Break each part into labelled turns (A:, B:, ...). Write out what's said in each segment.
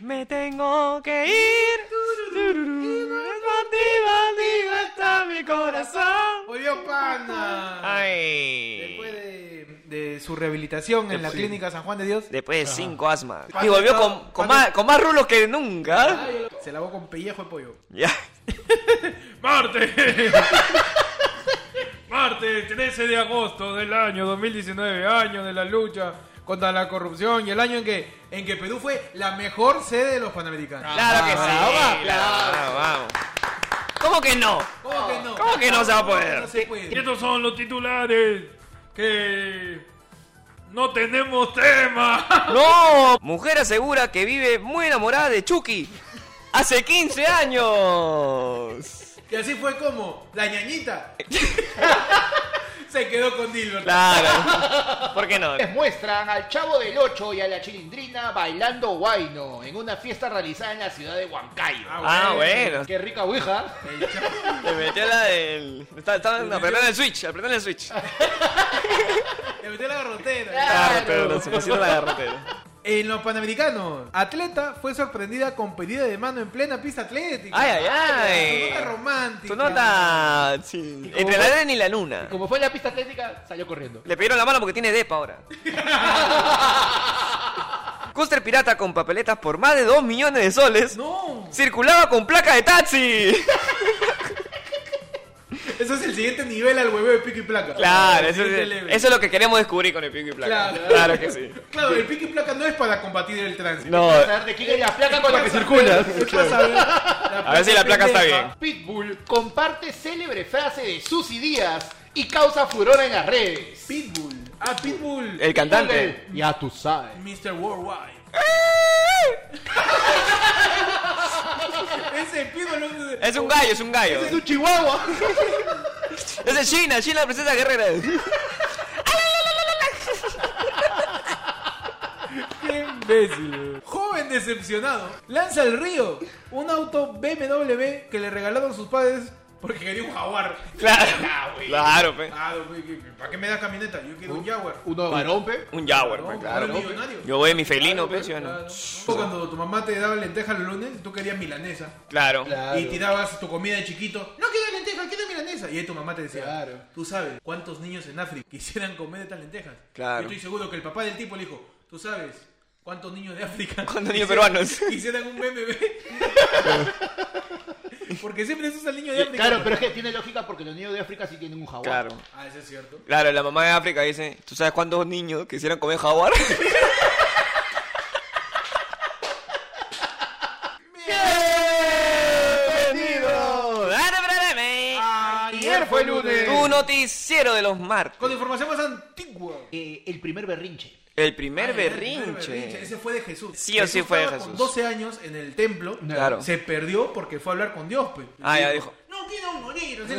A: Me tengo que ir. Bandido, está mi corazón.
B: Volvió Panda. Después
A: Ay.
B: de, de su rehabilitación en la
C: Sí.
B: clínica San Juan de Dios,
A: Después de cinco asmas.
B: Pato
A: Y volvió
B: está-
A: con, con
B: Pato-
A: más, con más rulos que nunca.
B: se lavó con pellejo de pollo.
A: Ya.
D: Martes. Martes 13 de agosto del año 2019, año de la lucha contra la corrupción y el año en que
B: En que Perú fue la mejor sede de los Panamericanos.
A: Claro que sí.
C: vamos,
A: Claro, vamos. ¿Cómo que no?
B: ¿Cómo que no?
A: ¿Cómo que no se va a poder?
B: No se puede.
D: Y estos son los titulares que no tenemos tema.
A: No. Mujer asegura que vive muy enamorada de Chucky. Hace 15 años.
B: Y así fue como la ñañita se quedó con Dilbert.
A: Claro. ¿Por qué no?
C: Les muestran al Chavo del Ocho y a la Chilindrina bailando guayno en una fiesta realizada en la ciudad de Huancayo.
A: Ah, bueno.
C: Qué rica ouija.
B: El chavo-
A: Le metió la del. Estaba, estaba apretando el switch, apretando el switch.
B: le metió la garrotera.
A: Ah, pero no se pusieron la garrotera.
B: En los Panamericanos, atleta fue sorprendida con pedida de mano en plena pista atlética.
A: Ay, ay, ay.
B: Tu nota romántica.
A: Tu nota. Sí. Entre la arena y la luna.
C: Como fue en la pista atlética, salió corriendo.
A: Le pidieron la mano porque tiene depa ahora. Custer pirata con papeletas por más de 2 millones de soles.
B: No,
A: Circulaba con placa de taxi.
B: eso es el siguiente nivel al hueveo de pico y placa.
A: Claro,
B: El
A: eso
B: siguiente
A: es,
B: level.
A: eso es lo que queremos descubrir con el pico y placa.
B: Claro.
A: Claro que sí.
B: Claro, el pico y placa no es para combatir el tránsito.
A: No,
C: Para saber de quién es la placa con la que circula.
B: Es para saber
A: a ver si la placa está
B: pendeja.
A: bien.
C: Pitbull comparte célebre frase de Susy Díaz y causa furor en las redes.
B: Pitbull. Ah, Pitbull.
A: El cantante.
C: Ya tú sabes.
B: Mr. Worldwide. Ese Pitbull no-
A: Es un gallo, es un gallo.
C: Es un chihuahua.
A: Esa es China, China, la princesa guerrera.
B: Qué imbécil. Joven decepcionado lanza al río un auto BMW que le regalaron sus padres porque quería un jaguar.
A: Claro. Claro, pe.
B: Ah, güey, ¿qué- qué- ¿Para qué me da camioneta? Yo quiero un jaguar.
C: Uno varón, pe.
A: Un Jaguar,
B: No,
A: pe, pues claro.
B: un millonario.
A: Yo voy de mi felino, pe, ¿sí o no?
B: Claro. O Cuando tu mamá te daba lentejas los lunes, tú querías milanesa.
A: Claro.
C: Claro.
B: Y tirabas tu comida de chiquito. No quiero lentejas, quiero milanesa. Y ahí tu mamá te decía,
C: Claro.
B: tú sabes cuántos niños en África quisieran comer estas lentejas.
A: Claro.
B: Yo estoy seguro que el papá del tipo le dijo, tú sabes cuántos niños de África.
A: ¿Cuántos
B: quisieran-
A: niños peruanos?
B: Quisieran un BMB. Porque siempre eso es el niño de África.
C: Claro, pero es que tiene lógica porque los niños de África sí tienen un jaguar.
A: Claro.
B: Ah, eso es cierto.
A: Claro, la mamá de África dice, ¿tú sabes cuántos niños quisieran comer jaguar? ¡Bienvenido!
C: Ayer fue lunes.
A: Tu noticiero de los martes.
B: Con información más antigua.
C: Eh, el primer berrinche.
A: El primer
B: berrinche.
A: berrinche.
B: Ese fue de Jesús.
A: Sí o sí fue de
B: estaba Con
A: Jesús.
B: 12 años en el templo.
A: Claro.
B: Se perdió porque fue a hablar con Dios, pues. Y
A: Ah, ya dijo.
B: No quiero morir. o sea,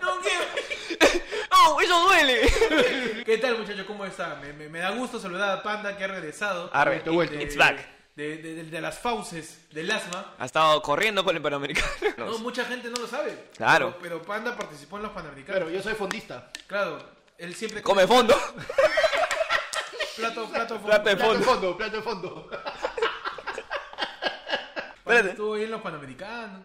B: no quiero.
A: ¡Oh, eso duele!
B: ¿Qué tal, muchachos? ¿Cómo está? Me, me- me da gusto saludar a Panda que ha regresado.
A: Arre,
B: De-
A: vuelto. It's back.
B: De, de- de- de las fauces, del asma.
A: Ha estado corriendo por el Panamericano.
B: No, mucha gente no lo sabe.
A: Claro.
B: Pero, pero Panda participó en los Panamericanos.
C: Claro, yo soy fondista.
B: Claro. Él siempre
A: Come fondo.
B: plato, plato, fondo.
A: Plato de
C: Plato de
A: fondo.
C: fondo, plato de fondo.
B: Panda
A: Espérate.
B: Estuvo ahí en los Panamericanos.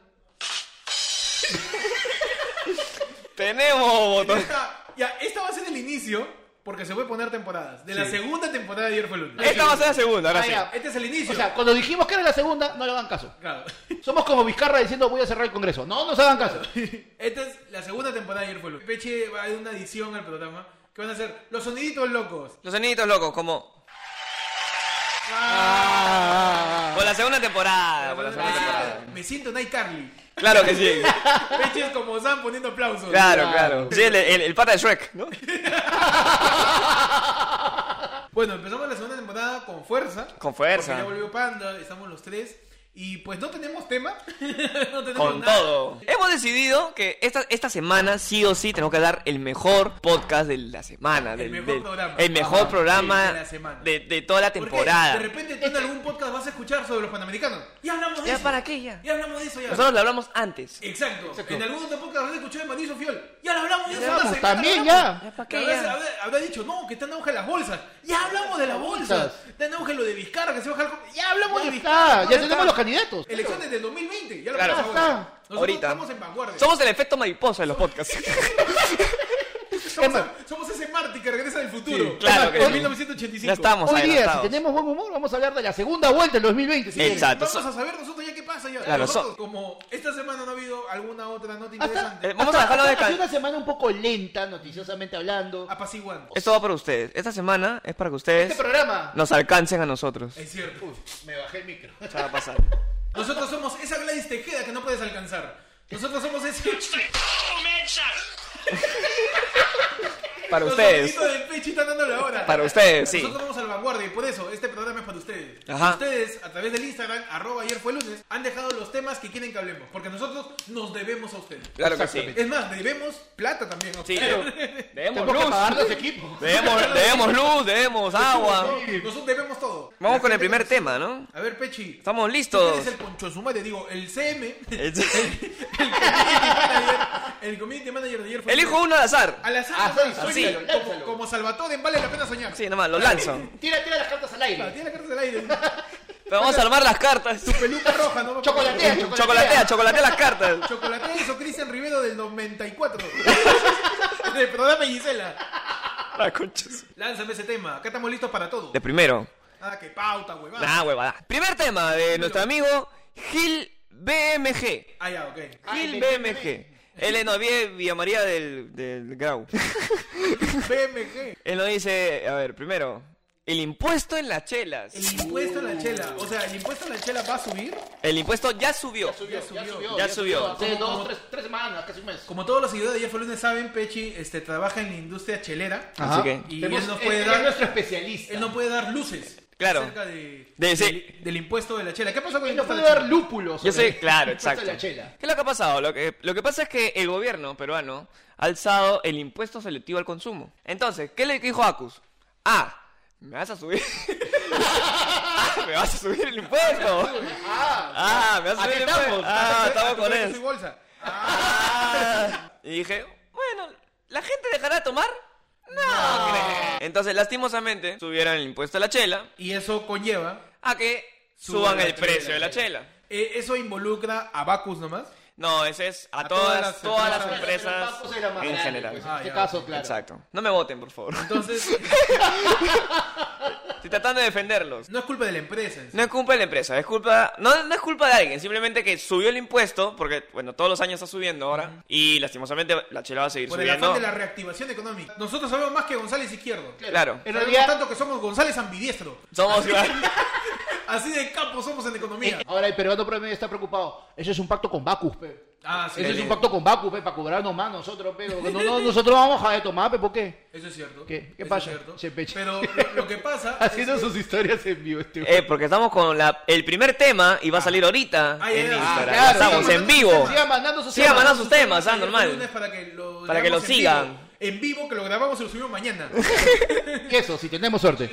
A: Tenemos botón.
B: Esta, ya, esta va a ser el inicio porque se puede poner temporadas. De la segunda temporada de ayer fue el lunes.
A: Esta va a ser la segunda, ahora
C: Ah,
A: sí.
C: ya.
B: Este es el inicio.
C: O sea, cuando dijimos que era la segunda, no le hagan caso.
B: Claro.
C: Somos como Vizcarra diciendo voy a cerrar el Congreso. No nos hagan caso.
B: Esta es la segunda temporada de ayer fue el lunes. Peche va a dar una adición al programa que van a ser los soniditos locos.
A: Los soniditos locos, como. Por la segunda temporada, Ah, por la
C: Ah.
A: segunda temporada.
B: Ah, Me siento en iCarly.
A: Claro que sí.
B: Peche es como Sam poniendo aplausos.
A: Claro, claro. Sí, el, el- el pata de Shrek, ¿no?
B: Bueno, empezamos la segunda temporada con fuerza.
A: Con fuerza.
B: Porque ya volvió Panda, estamos los tres. Y Y pues no tenemos tema. no tenemos
A: Con
B: nada.
A: todo. Hemos decidido que esta, esta semana sí o sí tenemos que dar el mejor podcast de la semana.
B: El
A: del-
B: mejor
A: del-
B: programa.
A: el mejor
B: Ajá,
A: programa
B: sí, de la semana.
A: de, de toda la
B: Porque
A: temporada.
B: De repente tú en algún podcast vas a escuchar sobre los panamericanos. Ya hablamos de
A: ¿Ya
B: eso.
A: para qué ya?
B: Ya hablamos de eso ya.
A: Nosotros lo hablamos antes.
B: Exacto.
C: Exacto.
B: En algún otro podcast habrá escuchado de Mauricio Fiol. Ya lo hablamos de eso. hace-
C: Pues también
B: hablamos.
C: ya.
A: ¿Ya para
B: Que
A: qué
B: habrá,
A: ya?
B: habrá- habrá dicho, no, que están en auge las bolsas. Ya hablamos de las bolsas.
C: Bolsas.
B: Está en auge lo de Vizcarra, que se baja el... Ya hablamos
C: Ya
B: de Vizcarra.
C: está, ya tenemos los candidatos.
B: Elecciones del 2020. Ya lo
A: Claro.
B: hablamos
C: Ya
B: ahora.
C: está.
B: Nosotros
A: Ahorita.
B: estamos en vanguardia.
A: Somos el efecto mariposa de los podcasts.
B: Somos,
C: Emma.
B: somos ese Marty que regresa del futuro.
A: Sí, claro que
B: En
A: sí.
B: 1985.
A: ya estamos
C: Hoy día, si
A: adelantados.
C: tenemos buen humor, vamos a hablar de la segunda vuelta del 2020. si
A: Exacto.
B: Vamos
A: so-
B: a saber nosotros ya qué pasa. Ya.
A: Ah, Claro,
B: nosotros,
A: so-
B: como esta semana no ha habido alguna otra nota
C: quieres. Hasta,
B: interesante,
A: Eh, vamos
C: hasta-
A: a dejarlo
C: hasta
A: descan-
C: hace una semana un poco lenta, noticiosamente hablando.
A: Eh,
B: apaciguando.
A: Esto va para ustedes. Esta semana es para que
C: Este
A: ustedes
C: programa.
A: nos alcancen a nosotros.
B: Es cierto.
C: Uf, me bajé el micro.
A: Eso va a pasar.
B: Nosotros somos esa Gladys Tejeda que no puedes alcanzar. Nosotros somos ese...
A: Para
B: Los
A: ustedes.
B: amiguitos del Pechi están dándole ahora.
A: Para ustedes, sí.
B: Nosotros vamos al vanguardia y por eso este programa es para ustedes.
A: Ajá.
B: Ustedes, a través del Instagram, arroba ayer fue lunes, han dejado los temas que quieren que hablemos. Porque nosotros nos debemos a ustedes.
A: Claro que sí.
B: Es más, debemos plata también a
A: Sí,
B: ustedes.
A: de- debemos
C: Tenemos que
A: luz.
C: pagar los equipos.
A: Debemos, debemos luz, debemos agua.
B: Nosotros debemos todo.
A: Vamos
B: La
A: con
B: gente
A: el primer
B: nos-
A: tema, ¿no?
B: A ver, Pechi.
A: Estamos
B: ¿Tú
A: listos.
B: eres el concho te digo, el CM, el,
A: El-
B: community manager, el community manager de ayer fue
A: Elijo uno al azar.
B: Al azar,
C: Ah,
B: nomás,
C: sí,
A: sí.
B: suéltalo,
C: Lánzalo.
B: como, como Salvatore, en vale la pena soñar.
A: Sí, nomás, lo lanzo.
C: Tira, tira las cartas al
B: Claro,
C: aire.
B: tiene la carta del aire.
A: Pero vamos a armar las cartas.
B: Peluca roja, no
C: Chocolatea, chocolatea.
A: Chocolatea, chocolatea las cartas.
B: Chocolatea hizo Cristian Rivero del 94. del programa Gisela.
A: La conchas.
B: Lánzame ese tema, acá estamos listos para todo.
A: De primero.
B: Nada que pauta, huevada.
A: Nah, huevada. Primer tema de nuestro amigo Gil BMG.
B: Ah, ya, ok.
C: Ah,
A: Gil
C: el
A: BMG. Él es novie Villamaría del, del Grau.
B: BMG.
A: Él nos dice, a ver, primero, el impuesto en las chelas.
B: El impuesto a la chela, o sea, el impuesto a la chela va a subir.
A: El impuesto ya subió.
C: Subió,
B: subió,
A: ya subió.
C: Hace
B: Como-
C: dos,
B: como-
C: tres, tres semanas, casi un mes.
B: Como todos los seguidores de Jeff Lunes saben, Pechi este, trabaja en la industria chelera.
C: Ah.
A: Así que-
B: Y
C: Tenemos-
B: él nos puede
C: él-
B: dar-
C: él es nuestro especialista.
B: Él no puede dar luces
A: Claro.
B: acerca de-
A: De- sí.
B: del, del impuesto de la chela. ¿Qué pasó con el
C: Él no
B: impuesto
C: puede
B: de la
C: dar
B: chela?
C: lúpulos.
A: Yo
C: sobre
A: sé, claro,
C: el impuesto
A: exacto.
C: de La chela.
A: ¿Qué es lo que ha pasado? Lo que, lo que pasa es que el gobierno peruano ha alzado el impuesto selectivo al consumo. Entonces, ¿qué le dijo Acus? Ah, me vas a subir. Ah, me vas a subir el impuesto.
C: Ah,
A: Ah, me vas a
C: Aquí
A: subir el impuesto.
C: estamos.
A: Ah, estamos
B: tu
A: con
B: precio y
A: eso.
B: bolsa.
A: Ah. Y dije, bueno, ¿la gente dejará de tomar? No. creo. Entonces, lastimosamente, subieron el impuesto a la chela
B: Y eso conlleva.
A: a que
B: Suban
A: suban
B: la
A: el
B: chela,
A: precio de la
B: la
A: chela.
B: eh, eso involucra a Bacus nomás.
A: No, ese es a,
B: A todas
A: todas,
B: las
A: todas las
B: empresas.
A: empresas
C: Pero Paco era más
A: en
C: grande,
A: general.
C: pues,
B: Ah,
C: en este
B: ya,
C: caso, claro.
A: Exacto. No me voten, por favor.
B: Entonces,
A: Estoy tratando de defenderlos.
B: no es culpa de la empresa.
A: No es culpa de la empresa, es culpa... No, no es culpa de alguien, simplemente que subió el impuesto, porque, bueno, todos los años está subiendo ahora, y lastimosamente la chela va a seguir
B: Por el afán
A: subiendo.
B: de la reactivación económica. Nosotros sabemos más que González Izquierdo.
A: Claro.
C: En
B: Sabemos
C: realidad,
B: tanto que somos González ambidiestro.
A: Somos...
B: Así de campo somos en economía.
C: Eh, ahora el peruano promedio está preocupado. Eso es un pacto con Bacus, pe.
B: Ah, sí.
C: Eso es un pacto con Bacus, pe, para cobrarnos más nosotros, pe. Porque no- no- nosotros vamos a dejar de tomar, pe, ¿por qué?
B: Eso es cierto.
C: ¿Qué? ¿Qué
B: Eso
C: pasa?
B: es cierto.
C: Se pecha.
B: Pero lo, lo que pasa.
C: Haciendo
B: es que-
C: sus historias en vivo, este.
A: Eh, porque estamos con la, el primer tema y va a salir ahorita
B: Ah, ya,
A: en
B: ya.
A: Instagram.
B: Ah, claro,
A: estamos
B: sigan
A: en
B: mandando sus
A: vivo.
B: temas,
C: Sigan mandando sus
A: Sigan
C: temas.
A: mandando sus temas, ah,
B: Ayer fue
A: normal.
B: lunes Para que lo,
A: Para que lo
B: grabamos en
A: sigan.
B: vivo. en vivo, que lo grabamos y lo subimos mañana.
C: Queso, si tenemos suerte.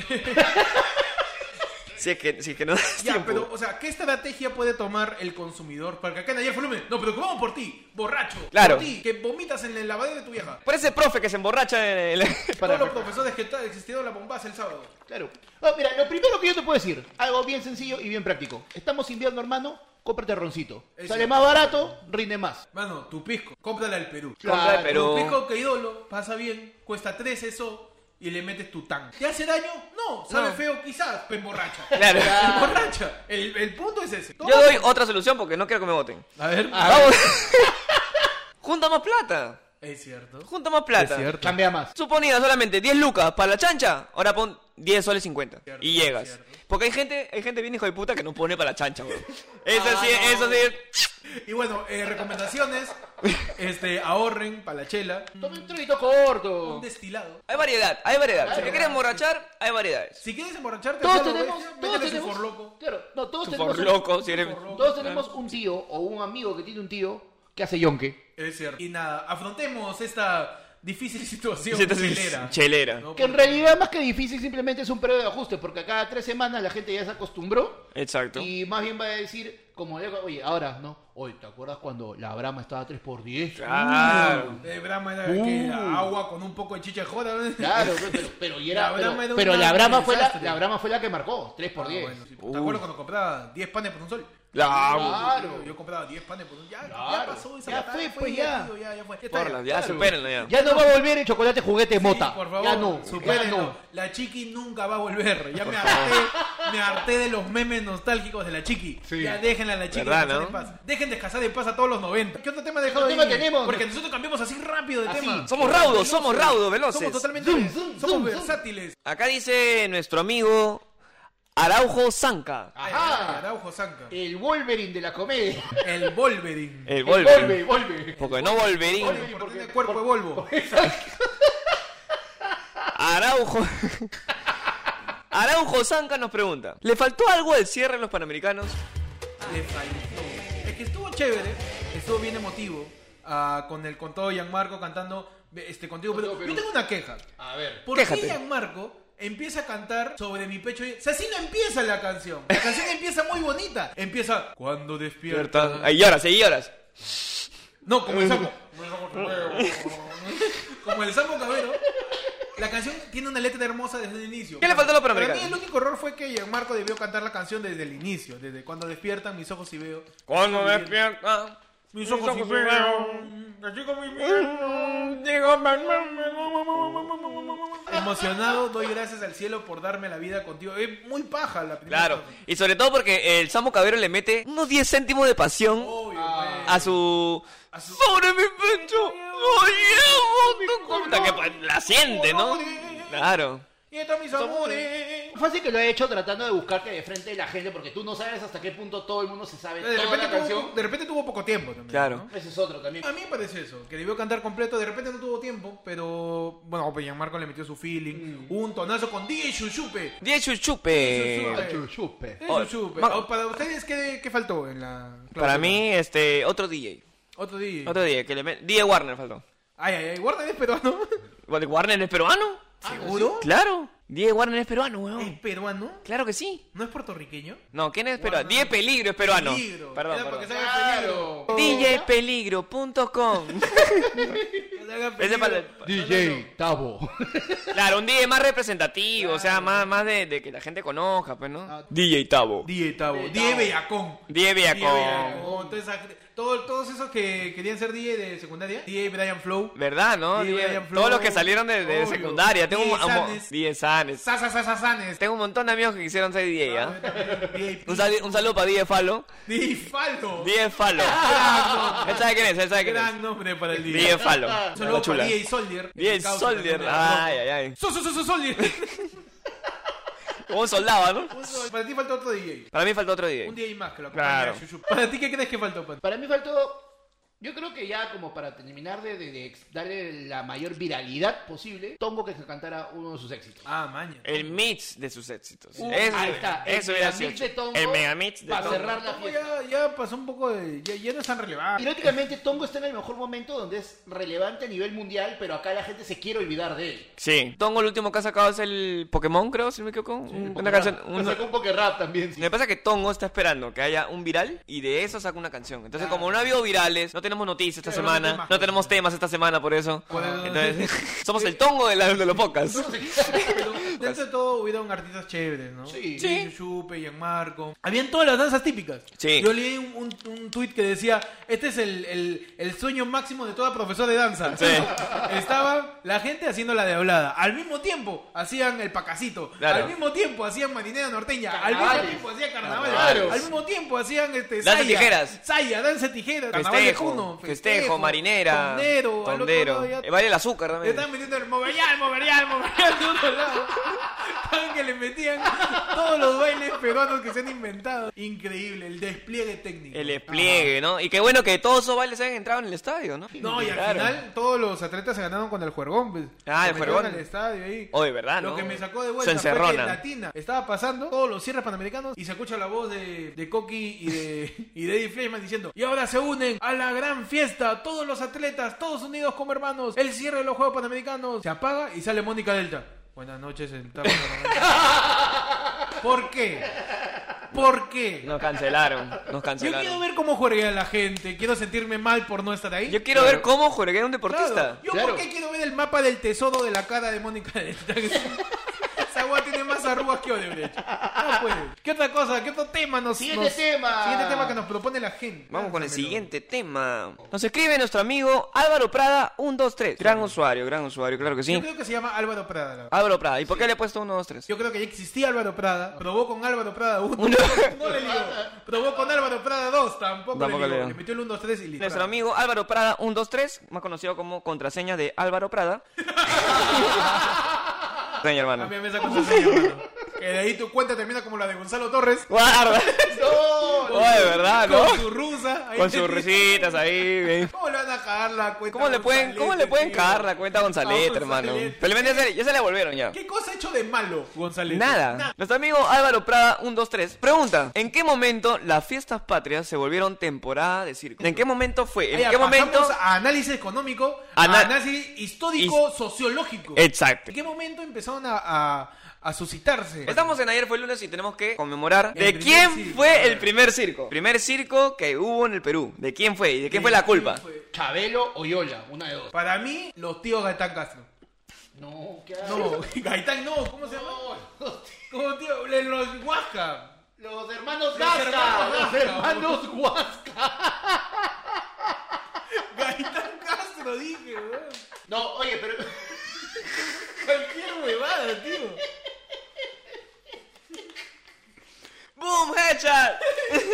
A: Si es que, si es que no das
B: ya,
A: tiempo.
B: pero, o sea, ¿qué estrategia puede tomar el consumidor para que acá en ayer volumen? No, pero vamos por ti, borracho.
A: Claro.
B: Por ti, que vomitas en el lavadero de tu vieja.
A: Por ese profe que se emborracha en el...
C: Para-
B: Todos los profesores que están existiendo la bombaza el sábado.
C: Claro. Ah, mira, lo primero que yo te puedo decir, algo bien sencillo y bien práctico. Estamos invierno, hermano, cómprate roncito.
B: Es
C: Sale
B: cierto.
C: más barato, rinde más.
B: Mano, tu pisco, cómprale al Perú.
C: Claro.
A: Compra de Perú.
B: Tu pisco que idolo, pasa bien, cuesta 3 eso y le metes tu tan. ¿Te hace daño? No, sabe
A: No.
B: feo quizás, pero emborracha.
A: Claro.
B: Emborracha. El, el punto es ese.
A: Yo doy Ah. otra solución porque no quiero que me voten.
B: A ver.
A: Vamos. Junta más plata.
B: Es cierto.
A: Junta más plata.
C: Cambia más.
A: Suponía solamente 10 lucas para la chancha. Ahora pon 10 soles 50.
B: Cierto,
A: y llegas.
B: cierto.
A: Porque hay gente, hay gente bien hijo de puta que no pone para la chancha, weón. Eso
C: Ah,
A: sí,
C: no.
A: eso sí.
B: Y bueno, eh, recomendaciones. Este, ahorren para la chela.
C: Tome un traguito corto.
B: Un destilado.
A: Hay variedad, hay variedad. Si
C: Claro.
A: te quieres emborrachar, hay variedades.
B: Si quieres emborracharte,
C: Todos
B: hazlo,
C: tenemos,
B: bestia,
C: todos
B: métele su
C: tenemos,
B: forloco.
C: claro, no, todos
A: Tu
C: tenemos,
A: por
C: un-
A: loco, si eres.
C: todos tenemos un tío o un amigo que tiene un tío que hace yonke,
B: Es cierto. Y nada, afrontemos esta difícil situación
A: Sientas-
B: chilera.
A: Chelera.
B: ¿no?
C: que en realidad más que difícil simplemente es un periodo de ajuste, porque a cada tres semanas la gente ya se acostumbró
A: Exacto.
C: y más bien va a decir, como, le- oye, ahora, ¿no? Oye, ¿te acuerdas cuando la Brahma estaba a 3 por 10?
A: Claro.
B: Eh, Brahma era que era agua con un poco de chicha de joda. ¿no?
C: Claro, pero, pero, pero y era,
B: La
C: pero,
B: Brahma era
C: pero
B: una-
C: la Brahma fue la,
B: desastre.
C: la Brahma fue la que marcó, 3
B: Ah,
C: por 10.
B: bueno, sí. ¿Te acuerdas cuando compraba 10 panes por un sol?
A: La-
C: Claro.
B: Yo, yo compraba 10 panes por un Ya, ya
C: Claro.
B: pasó esa
C: Ya
B: batalla,
C: fue, pues, ya.
B: tío, ya, ya fue. Ya está, ya,
A: Porra, ya,
B: claro.
A: supérenlo ya.
C: Ya no va a volver el chocolate juguete mota.
B: Sí, por favor,
C: ya no, ya
B: supérenlo.
C: no.
B: La chiqui nunca va a volver. Ya me harté, me harté de los memes nostálgicos de la chiqui.
C: Sí.
B: Ya déjenla a la chiqui
A: ¿Verdad,
B: descansar
A: no?
B: en paz. Dejen descansar en paz a todos los 90. ¿Qué otro tema ha dejado
C: ¿Qué
B: ahí?
C: tema tenemos?
B: Porque nosotros cambiamos así rápido de
C: Así.
B: tema.
A: Somos raudos, somos raudos, veloces.
B: Somos totalmente
C: Zoom, zoom,
B: somos
C: zoom,
B: versátiles.
A: Acá dice nuestro amigo Araujo Zanca.
B: Ajá.
C: Ajá.
B: Araujo Zanca.
C: El Wolverine de la comedia.
B: El Wolverine.
A: El
C: Volve,
A: Wolverine.
C: volve.
A: Porque no Wolverine.
C: Wolverine.
B: Porque
C: porque-
B: tiene cuerpo de Volvo.
A: Araujo. Araujo Zanca nos pregunta: ¿Le faltó algo al cierre de los panamericanos?
B: Le faltó. Es que estuvo chévere, estuvo bien emotivo. ah, con el con todo Gianmarco cantando este contigo, pero
C: Contigo,
B: yo
C: Perú.
B: tengo una queja.
C: A ver.
B: ¿Por
A: Quéjate.
B: qué Gianmarco empieza a cantar sobre mi pecho? y- O sea, así no empieza la canción. La canción empieza muy bonita. Empieza cuando despierta.
A: Ahí lloras, ahí lloras.
B: No, como el sapo. como el sapo cabero. La canción tiene una letra hermosa desde el inicio.
A: ¿Qué le faltó a los
B: Para mí
A: panamericanos?
B: el único error fue que Gianmarco debió cantar la canción desde el inicio, desde cuando despiertan mis ojos y veo.
A: Cuando me despierta.
B: Mis ojos y veo. Así como mi
D: Mm,
B: Emocionado, doy gracias al cielo por darme la vida contigo. Es muy paja la primera
A: Claro.
B: parte.
A: Y sobre todo porque el Samo Cabero le mete unos 10 céntimos de pasión
B: Obvio,
C: Ah.
B: güey.
A: a su.
B: A su-
A: Sobre mi pecho. Lo llevo. Puta, que pa- la siente, ¿no? Claro.
B: Y estos mis amores.
C: Fácil que lo he hecho tratando de buscarte de frente de la gente porque tú no sabes hasta qué punto todo el mundo se sabe
B: De repente,
C: toda la
B: tuvo,
C: canción.
B: de repente tuvo poco tiempo también.
A: Claro.
B: ¿no?
C: Ese es otro también.
B: A mí me parece eso, que debió cantar completo, de repente no tuvo tiempo, pero bueno, pues Gianmarco le metió su
C: Mm.
B: feeling, Hubo un tonazo con DJ Chuchupe.
A: Die chuchupe.
C: Ah, chuchupe.
B: DJ
A: Oh,
B: Chuchupe.
A: ma-
B: Oh, Para ustedes, ¿qué, qué faltó en la clase?
A: Para mí, este, otro DJ.
B: Otro DJ.
A: Otro DJ, que le met- DJ Warner faltó.
B: Ay, ay, ay, guarda, es peruano.
A: Bueno, ¿Warner es peruano?
B: ¿Seguro?
A: Claro. DJ Warner es peruano,
B: ¿Es
A: weón.
B: peruano?
A: Claro que sí.
B: ¿No es puertorriqueño?
A: No, ¿quién es peruano? DJ Peligro es peruano.
B: Peligro.
A: Perdón,
B: Era
A: perdón.
B: porque salga peligro.
C: Claro.
A: DJpeligro.com
B: Que salga
A: Ese para
B: peligro.
A: el-
C: DJ Tabo.
A: Claro, un DJ más representativo, o sea, más, más de, de que la gente conozca, pues, ¿no?
B: Ah.
A: DJ Tabo.
B: DJ Tabo.
C: Tabo.
B: DJ Bellacón.
A: DJ
B: DJ
A: Bellacón.
B: Bellacón. toda esa gente- todo- Todos esos que querían ser DJ de secundaria. DJ Brian Flow.
A: ¿Verdad, no?
B: DJ
A: DJ-
B: Brian Flow,
A: todos los que salieron de, de
B: obvio.
A: secundaria. Tengo un,
B: DJ
A: un-
B: Sanes.
A: DJ Sanes.
B: Sasa, Sasa, Sanes.
A: Tengo un montón de amigos que quisieron ser DJ, ¿ah?
B: DJ
A: Un, sali- un saludo para DJ Falo.
B: DJ Faldo.
A: DJ Falo. él sabe quién es, él sabe quién es.
B: Gran nombre para el
A: DJ
B: DJ.
A: Falo.
B: Solo para
A: Chula.
B: DJ Soldier.
A: DJ
B: El causa
A: Soldier.
B: también.
A: Ay, ay, ay.
B: Su, su, su, su, Soldier.
A: Como un soldado, ¿no?
B: Para ti falta otro DJ.
A: Para mí faltó otro
B: Un
A: DJ.
B: DJ más que lo
A: Claro.
B: acompañe a Chuchu. Para ti, ¿qué crees que faltó, Pato?
C: Para mí faltó. Yo creo que ya como para terminar de, de- de ex- darle la mayor viralidad posible, Tongo que cantara uno de sus éxitos.
B: Ah, maña.
A: El mix de sus éxitos.
C: Uh,
A: eso
C: ahí está. El
A: eso hubiera
C: megamix
A: sido
C: de Tongo
A: El mega mix de
C: pa'
A: Tongo.
C: cerrar. la
B: Tongo
C: fiesta.
B: ya, ya pasó un poco de. Ya, ya no es tan relevante.
C: Irónicamente, Tongo está en el mejor momento donde es relevante a nivel mundial, pero acá la gente se quiere olvidar de él.
A: Sí. Tongo, el último que ha sacado es el Pokémon, creo, si no me equivoco. Un- una canción.
C: Nos
A: un-
C: sacó un poco rap también. sí.
A: Me pasa que Tongo está esperando que haya un viral y de eso saca una canción. Entonces, como no ha habido virales, no tenemos noticias esta
B: Claro, no
A: semana,
B: temas.
A: no tenemos temas esta semana por eso.
B: Bueno,
A: Entonces, somos el Tongo de, la- de los pocas.
B: Pero dentro de todo hubieron artistas chéveres, ¿no?
C: Sí.
A: Sí.
B: Chuchu, Chupe, Gianmarco. Habían todas las danzas típicas.
A: Sí.
B: Yo leí un, un, un tuit que decía, este es el, el, el sueño máximo de toda profesora de danza.
A: Sí.
B: Estaba la gente haciendo la de hablada. Al mismo tiempo hacían el pacacito.
A: Claro.
B: al mismo tiempo hacían marinera norteña. Al
C: Carnavales.
B: mismo tiempo hacían carnavales.
C: Carnavales.
B: Al mismo tiempo hacían este,
A: Danza
B: saya.
A: tijeras.
B: Saya, danza tijeras. carnaval de
A: Festejo,
B: Juno,
A: festejo, marinera,
B: Tondero. al otro
A: tondero.
B: lado ya
A: Eh, vale el azúcar
B: le
A: también.
B: estaban metiendo el moverreal, moverreal, moverreal de otro lado. Estaban que le metían todos los bailes peruanos que se han inventado. Increíble, el despliegue técnico.
A: El despliegue, ¿no? Y qué bueno que todos esos bailes hayan entrado en el estadio, ¿no?
B: No, y al
A: Claro.
B: final todos los atletas se ganaron con el juergón. pues.
A: Ah,
B: Se
A: el
B: metieron
A: juergón.
B: al estadio ahí.
A: Oye, ¿verdad,
B: Lo
A: no?
B: que me sacó de vuelta
A: Su
B: fue que
A: encerrona.
B: en Latina estaba pasando todos los cierres panamericanos y se escucha la voz de, de Coqui y de, y de Eddie Fleischmann diciendo y ahora se unen a la gran fiesta todos los atletas, todos unidos como hermanos el cierre de los Juegos Panamericanos se apaga y sale Mónica Delta buenas noches el Estado Panamericano. ¿por qué? ¿por qué?
A: Nos cancelaron, nos
B: yo quiero
A: cancelaron.
B: ver cómo juega la gente quiero sentirme mal por no estar ahí
A: Yo quiero ver cómo juega un deportista.
B: Claro. Yo
C: Claro.
B: porque quiero ver el mapa del tesoro de la cara de Mónica Delta. Esa agua tiene más arrugas que Odebrecht. No puede. ¿Qué otra cosa? ¿Qué otro tema nos
C: Siguiente
B: nos-
C: tema.
B: Siguiente tema que nos propone la gente.
A: Vamos con el
B: Lánzamelo.
A: siguiente tema. Nos escribe nuestro amigo Álvaro Prada, 123. Gran usuario, gran usuario, claro que
B: Yo
A: sí.
B: creo que se llama Álvaro Prada. la-
A: Álvaro Prada, ¿y por qué le he puesto 123?
B: Yo creo que ya existía Álvaro Prada. Probó con Álvaro Prada 1. No le ligó. Probó con Álvaro Prada 2. Tampoco,
A: Tampoco
B: le
A: le
B: ligó.
A: ligó.
B: Le metió el 1, 2, 3 y listo.
A: Nuestro amigo Álvaro Prada 123, más conocido como contraseña de Álvaro Prada. Señor
B: A
A: hermano.
B: mí me sacó su señal, hermano. Que de ahí tu cuenta termina como la de Gonzalo Torres.
A: Guarda.
C: ¡No!
A: Oye, Oh, ¿verdad, no?
B: Con su rusa. ahí
A: Con
B: te-
A: sus risitas ahí, bien.
B: ¿Cómo le van a cagar la cuenta?
A: ¿Cómo
B: a
A: le pueden,
B: Gonzalete,
A: cómo le pueden
B: tío?
A: cagar la cuenta a Gonzalete,
B: A
A: hermano?
B: Gonzalete.
A: Felizmente ya se, ya se le volvieron ya.
B: ¿Qué cosa ha hecho de malo, González?
A: Nada. Nuestro amigo Álvaro Prada 123 pregunta, ¿en qué momento las fiestas patrias se volvieron temporada de circo? ¿En qué momento fue? ¿En qué momento?
B: A análisis económico,
A: Ana-
B: a análisis histórico, sociológico.
A: Exacto.
B: ¿En qué momento empezaron a, a, a suscitarse?
A: Estamos en ayer fue el lunes y tenemos que conmemorar
B: El
A: de
B: primer
A: quién
B: circo,
A: fue
B: claro.
A: el primer circo. Primer circo que hubo en el Perú. ¿De quién fue? ¿Y de quién fue la culpa?
C: Chabelo o Yola, una de dos.
B: Para mí, los tíos Gaitán Castro.
C: No, ¿qué
B: No, Gaitán no, ¿cómo se llama? Como tío, le- los Huasca.
C: Los hermanos
B: hermanos
C: Gasca, los
B: Gasca,
C: hermanos Huasca.
B: Gaitán Castro, dije, weón.
C: No, oye, pero.
B: Cualquier huevada, tío.
A: ¡Boom! ¡Headshot!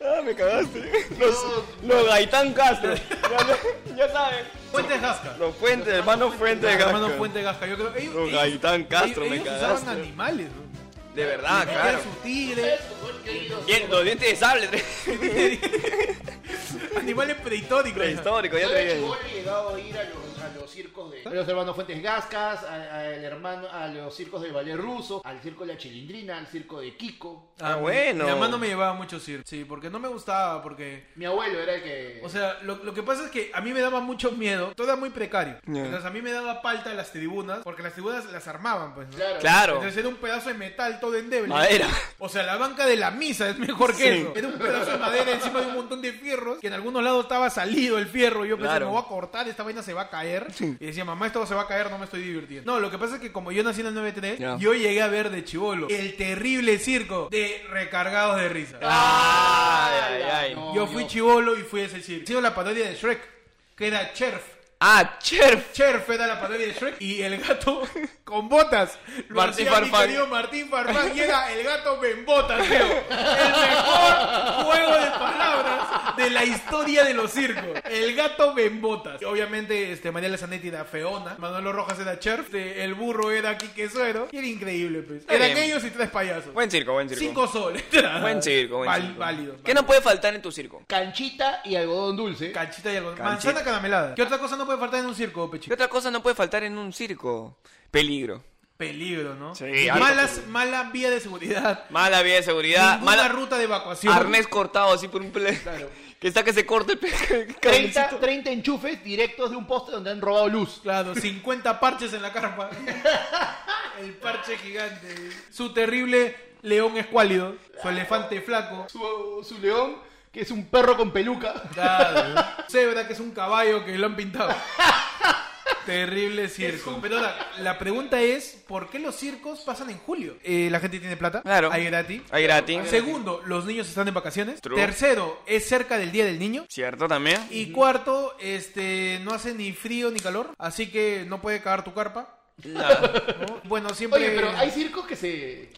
A: ah, me cagaste. Los,
C: Dios.
A: los Gaitán Castro. ya, ya saben.
B: Fuente Gasca.
A: Los Fuentes, hermano Fuente de
B: Hermano
A: Gasca.
B: Fuente Gasca, yo creo. Ellos,
A: Los
B: ellos-
A: Gaitán Castro,
B: ellos,
A: me
B: ellos
A: cagaste.
B: usaban animales, weón.
A: De verdad,
B: Le
A: claro.
B: metían su tigre.
A: Bien, los dientes de sable.
B: Animales prehistóricos.
A: Prehistórico, ya
C: Yo
A: te
C: de
A: dije.
B: Ah,
C: chibolo he llegado a ir a los, a los circos de a los hermanos Fuentes Gascas, a, a el hermano, a los circos de ballet ruso, al circo de la chilindrina, al circo de Kiko.
A: Ah, bueno.
B: Mi mamá no me llevaba mucho circo. Sí, porque no me gustaba, porque...
C: Mi abuelo era el que.
B: O sea, lo, lo que pasa es que a mí me daba mucho miedo. Todo era muy precario.
A: Ya.
B: Entonces a mí me daba palta las tribunas, porque las tribunas las armaban, pues. ¿no?
C: claro.
A: Claro.
B: Entonces era un pedazo de metal todo endeble.
A: Madera.
B: O sea, la banca de la misa es mejor que
A: Sí.
B: eso. Era un pedazo de madera encima de un montón de fierros. Que en algunos lados estaba salido el fierro. Yo pensé,
A: Claro.
B: me voy a cortar, esta vaina se va a caer. Y decía, mamá, esto se va a caer, no me estoy divirtiendo. No, lo que pasa es que como yo nací en el 93,
A: Ya.
B: yo llegué a ver de chivolo el terrible circo de recargados de risa.
A: Ah, Ay, ay, ay.
C: No,
B: yo fui chivolo y fui a ese circo. Hizo la parodia de Shrek, que era Cherf.
A: Ah, Cherf.
B: Cherf era la parodia de Shrek y el gato con botas. Lo
A: Martín
B: hacía mi
A: Farfán.
B: querido Martín Farfán llega el gato en botas, creo. El mejor juego de palabras de la historia de los circos. El gato en botas. Y Obviamente, este, María Lazanetti era Feona, Manolo Rojas era Cherf, este, el burro era Quique Suero. Y era increíble, pues.
A: Está
B: Eran
A: bien.
B: ellos y tres payasos.
A: Buen circo, buen circo.
B: Cinco soles.
A: Buen circo, buen
B: Val-
A: circo.
B: Válido.
A: ¿Qué no puede faltar en tu circo?
C: Canchita y algodón dulce.
B: Canchita y algodón.
A: Canchita.
B: Manzana caramelada. ¿Qué otra cosa no puede faltar en un circo, Pechi?
A: ¿Qué otra cosa no puede faltar en un circo? Peligro.
B: Peligro, ¿no?
A: Sí,
B: Y
A: alto
B: malas, mala vía de seguridad.
A: Mala vía de seguridad.
B: Mala
A: Mala
B: ruta de evacuación.
A: arnés cortado así por un pele. Que está que se corte el pele.
C: 30, 30 enchufes directos de un poste donde han robado luz.
B: Claro, 50 parches en la carpa. El parche gigante. Su terrible león escuálido. Su elefante flaco.
C: Su, su león, que es un perro con peluca.
B: Claro. Zebra, que es un caballo que lo han pintado. Terrible circo. Pero ahora, la pregunta es, ¿por qué los circos pasan en julio? Eh, la gente tiene plata.
A: Claro.
B: Hay gratis.
A: Ahí gratis.
B: Segundo, los niños están en vacaciones.
A: True.
B: Tercero, es cerca del Día del Niño.
A: ¿Cierto también?
B: Y cuarto, este, no hace ni frío ni calor, así que no puede cagar tu carpa. ¿no? Bueno, siempre...
C: Oye, pero hay circos que se.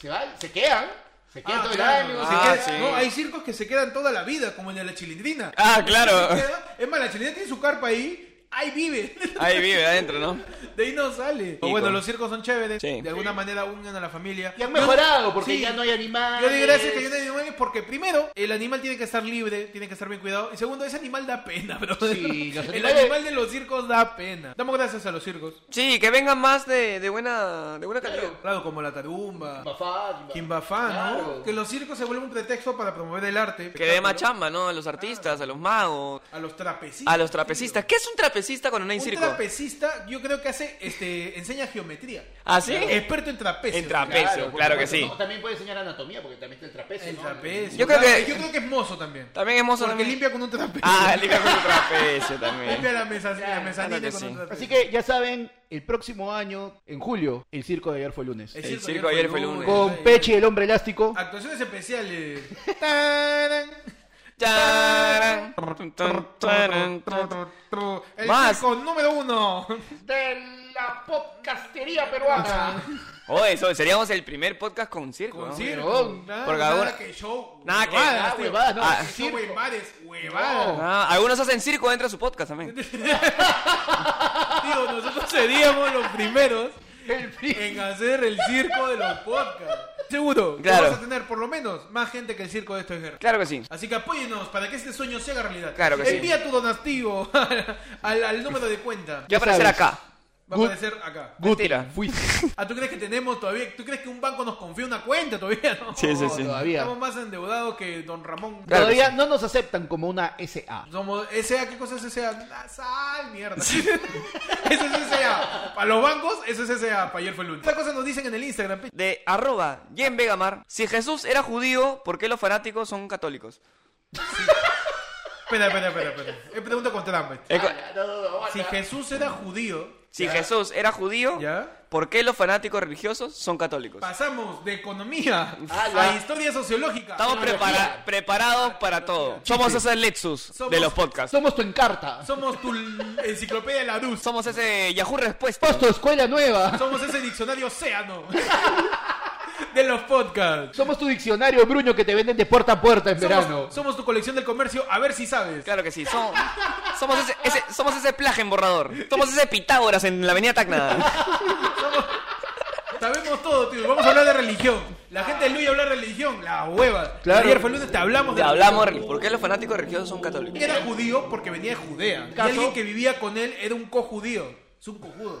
C: se van, se quedan. Se quedan
B: Ah,
C: todo el
B: claro, se
C: año. se
A: Ah,
B: queda-
C: quedan-
A: sí.
B: no, hay circos que se quedan toda la vida, como el de la chilindrina.
A: Ah, claro.
B: Se queda- Es más, la chilindrina tiene su carpa ahí ahí vive.
A: Ahí vive adentro, ¿no?
B: De ahí no sale. O
A: Y
B: bueno,
A: con-
B: los circos son chéveres.
A: pues. Sí.
B: De alguna manera unen a la familia.
C: Y han
B: Yo-
C: mejorado porque
B: sí.
C: ya no hay animales.
B: Yo digo gracias que yo no hay animales porque primero, el animal tiene que estar libre, tiene que estar bien cuidado. Y segundo, ese animal da pena, bro.
C: Sí, los
B: el
C: animales-
B: animal de los circos da pena. Damos gracias a los circos.
A: Sí, que vengan más de, de buena, de buena calidad.
B: Claro, como la tarumba,
C: Bafá,
B: Kimbafá, ¿no?
C: Claro.
B: Que los circos se vuelven un pretexto para promover el arte.
A: Que dé más
B: espectáculo,
A: chamba, ¿no? A los artistas, a los magos,
B: A los trapecistas.
A: a los trapecistas. ¿Qué es un trapecista cuando no hay
B: Un
A: circo?
B: trapecista, yo creo que hace, este, enseña geometría.
A: ¿Ah, sí?
B: Experto en trapecio.
A: En trapecio,
C: por
A: claro que
C: supuesto,
A: sí.
C: ¿no? También puede enseñar anatomía porque también está el trapecio.
B: El
C: ¿no?
B: trapecio.
A: Yo creo
B: claro,
A: que-
B: yo creo que es mozo también.
A: También es mozo
B: Porque
A: también.
B: limpia con un trapecio.
A: Ah, limpia con un trapecio
B: Limpia
A: también.
B: la, mesa, la mezanina
A: claro que
B: con
A: sí.
B: un trapecio.
C: Así que ya saben, el próximo año, en julio, el circo de ayer fue el lunes.
A: El circo ayer fue lunes.
C: Con Pechi el hombre elástico.
B: Actuaciones especiales.
A: Tarán. Tun, tarán, tun.
B: El
A: Más.
B: circo número uno.
C: De la podcastería peruana.
A: Oye, eso, seríamos el primer podcast con circo. ¿no?
B: Circo. oh, Nada,
A: Porque
B: nada
A: ahora-
B: que show.
A: Nada que-
B: huevadas,
A: nada,
B: tío.
C: huevadas, no,
B: Ah,
C: circo.
B: Show en bares, huevadas.
A: Ah, algunos hacen circo dentro de su podcast también.
B: Digo, nosotros seríamos los primeros
C: El frío.
B: en hacer el circo de los podcasts. Seguro. que
A: Claro.
B: Vamos a tener por lo menos más gente que el circo de esto es guerra.
A: Claro que sí.
B: Así que apóyenos para que este sueño se haga realidad.
A: Claro que sí.
B: Envía tu donativo al, al número de cuenta.
A: Ya aparecer
C: sabes.
A: acá.
B: Va a
C: Good.
B: aparecer acá.
A: Mentira.
C: Fuiste.
B: Ah, ¿tú crees que tenemos todavía? ¿Tú crees que un banco nos confía una cuenta todavía? No.
A: Sí, sí, sí.
C: Todavía.
B: Estamos más endeudados que Don Ramón.
A: Claro que
C: Todavía no nos aceptan como una SA.
B: Somos SA, ¿qué cosa es SA? Ah, Sal, mierda. Eso es SA. Para los bancos, eso es SA. Para ayer fue el lunes. Esta cosa nos dicen en el Instagram. pe-
A: De arroba Jen Vegamar. Si Jesús era judío, ¿por qué los fanáticos son católicos?
B: Espera, espera, espera. espera. Es pregunta con trampa.
A: Es co-
C: No, no, no,
B: Si Jesús era judío,
A: Ah, Si Jesús era judío,
B: ¿Ya?
A: ¿por qué los fanáticos religiosos son católicos?
B: pasamos de economía
C: Ah,
B: a
C: la-
B: historia sociológica.
A: Estamos prepara- preparados para todo. Somos ese Lexus
B: Somos-
A: de los podcasts.
C: Somos tu encarta.
B: Somos tu l- enciclopedia de la luz.
A: Somos ese Yahoo Respuesta.
C: Somos tu escuela nueva.
B: Somos ese diccionario océano de los podcasts.
C: Somos tu diccionario, Bruno, que te venden de puerta a puerta en verano.
B: Somos, somos tu colección del comercio, a ver si sabes.
A: Claro que sí. Somos, somos ese, ese- somos ese Plagen borrador. Somos ese Pitágoras en la avenida Tacna.
B: Sabemos todo, tío. Vamos a hablar de religión. La gente de Luis hablar de religión. La hueva.
C: Claro.
B: Ayer fue el lunes, te hablamos de
A: Ya hablamos. de- ¿Por qué los fanáticos religiosos son católicos?
B: religión. Era judío porque venía de Judea. Y
C: Caso-
B: alguien que vivía con él era un cojudío. Es un cojudo.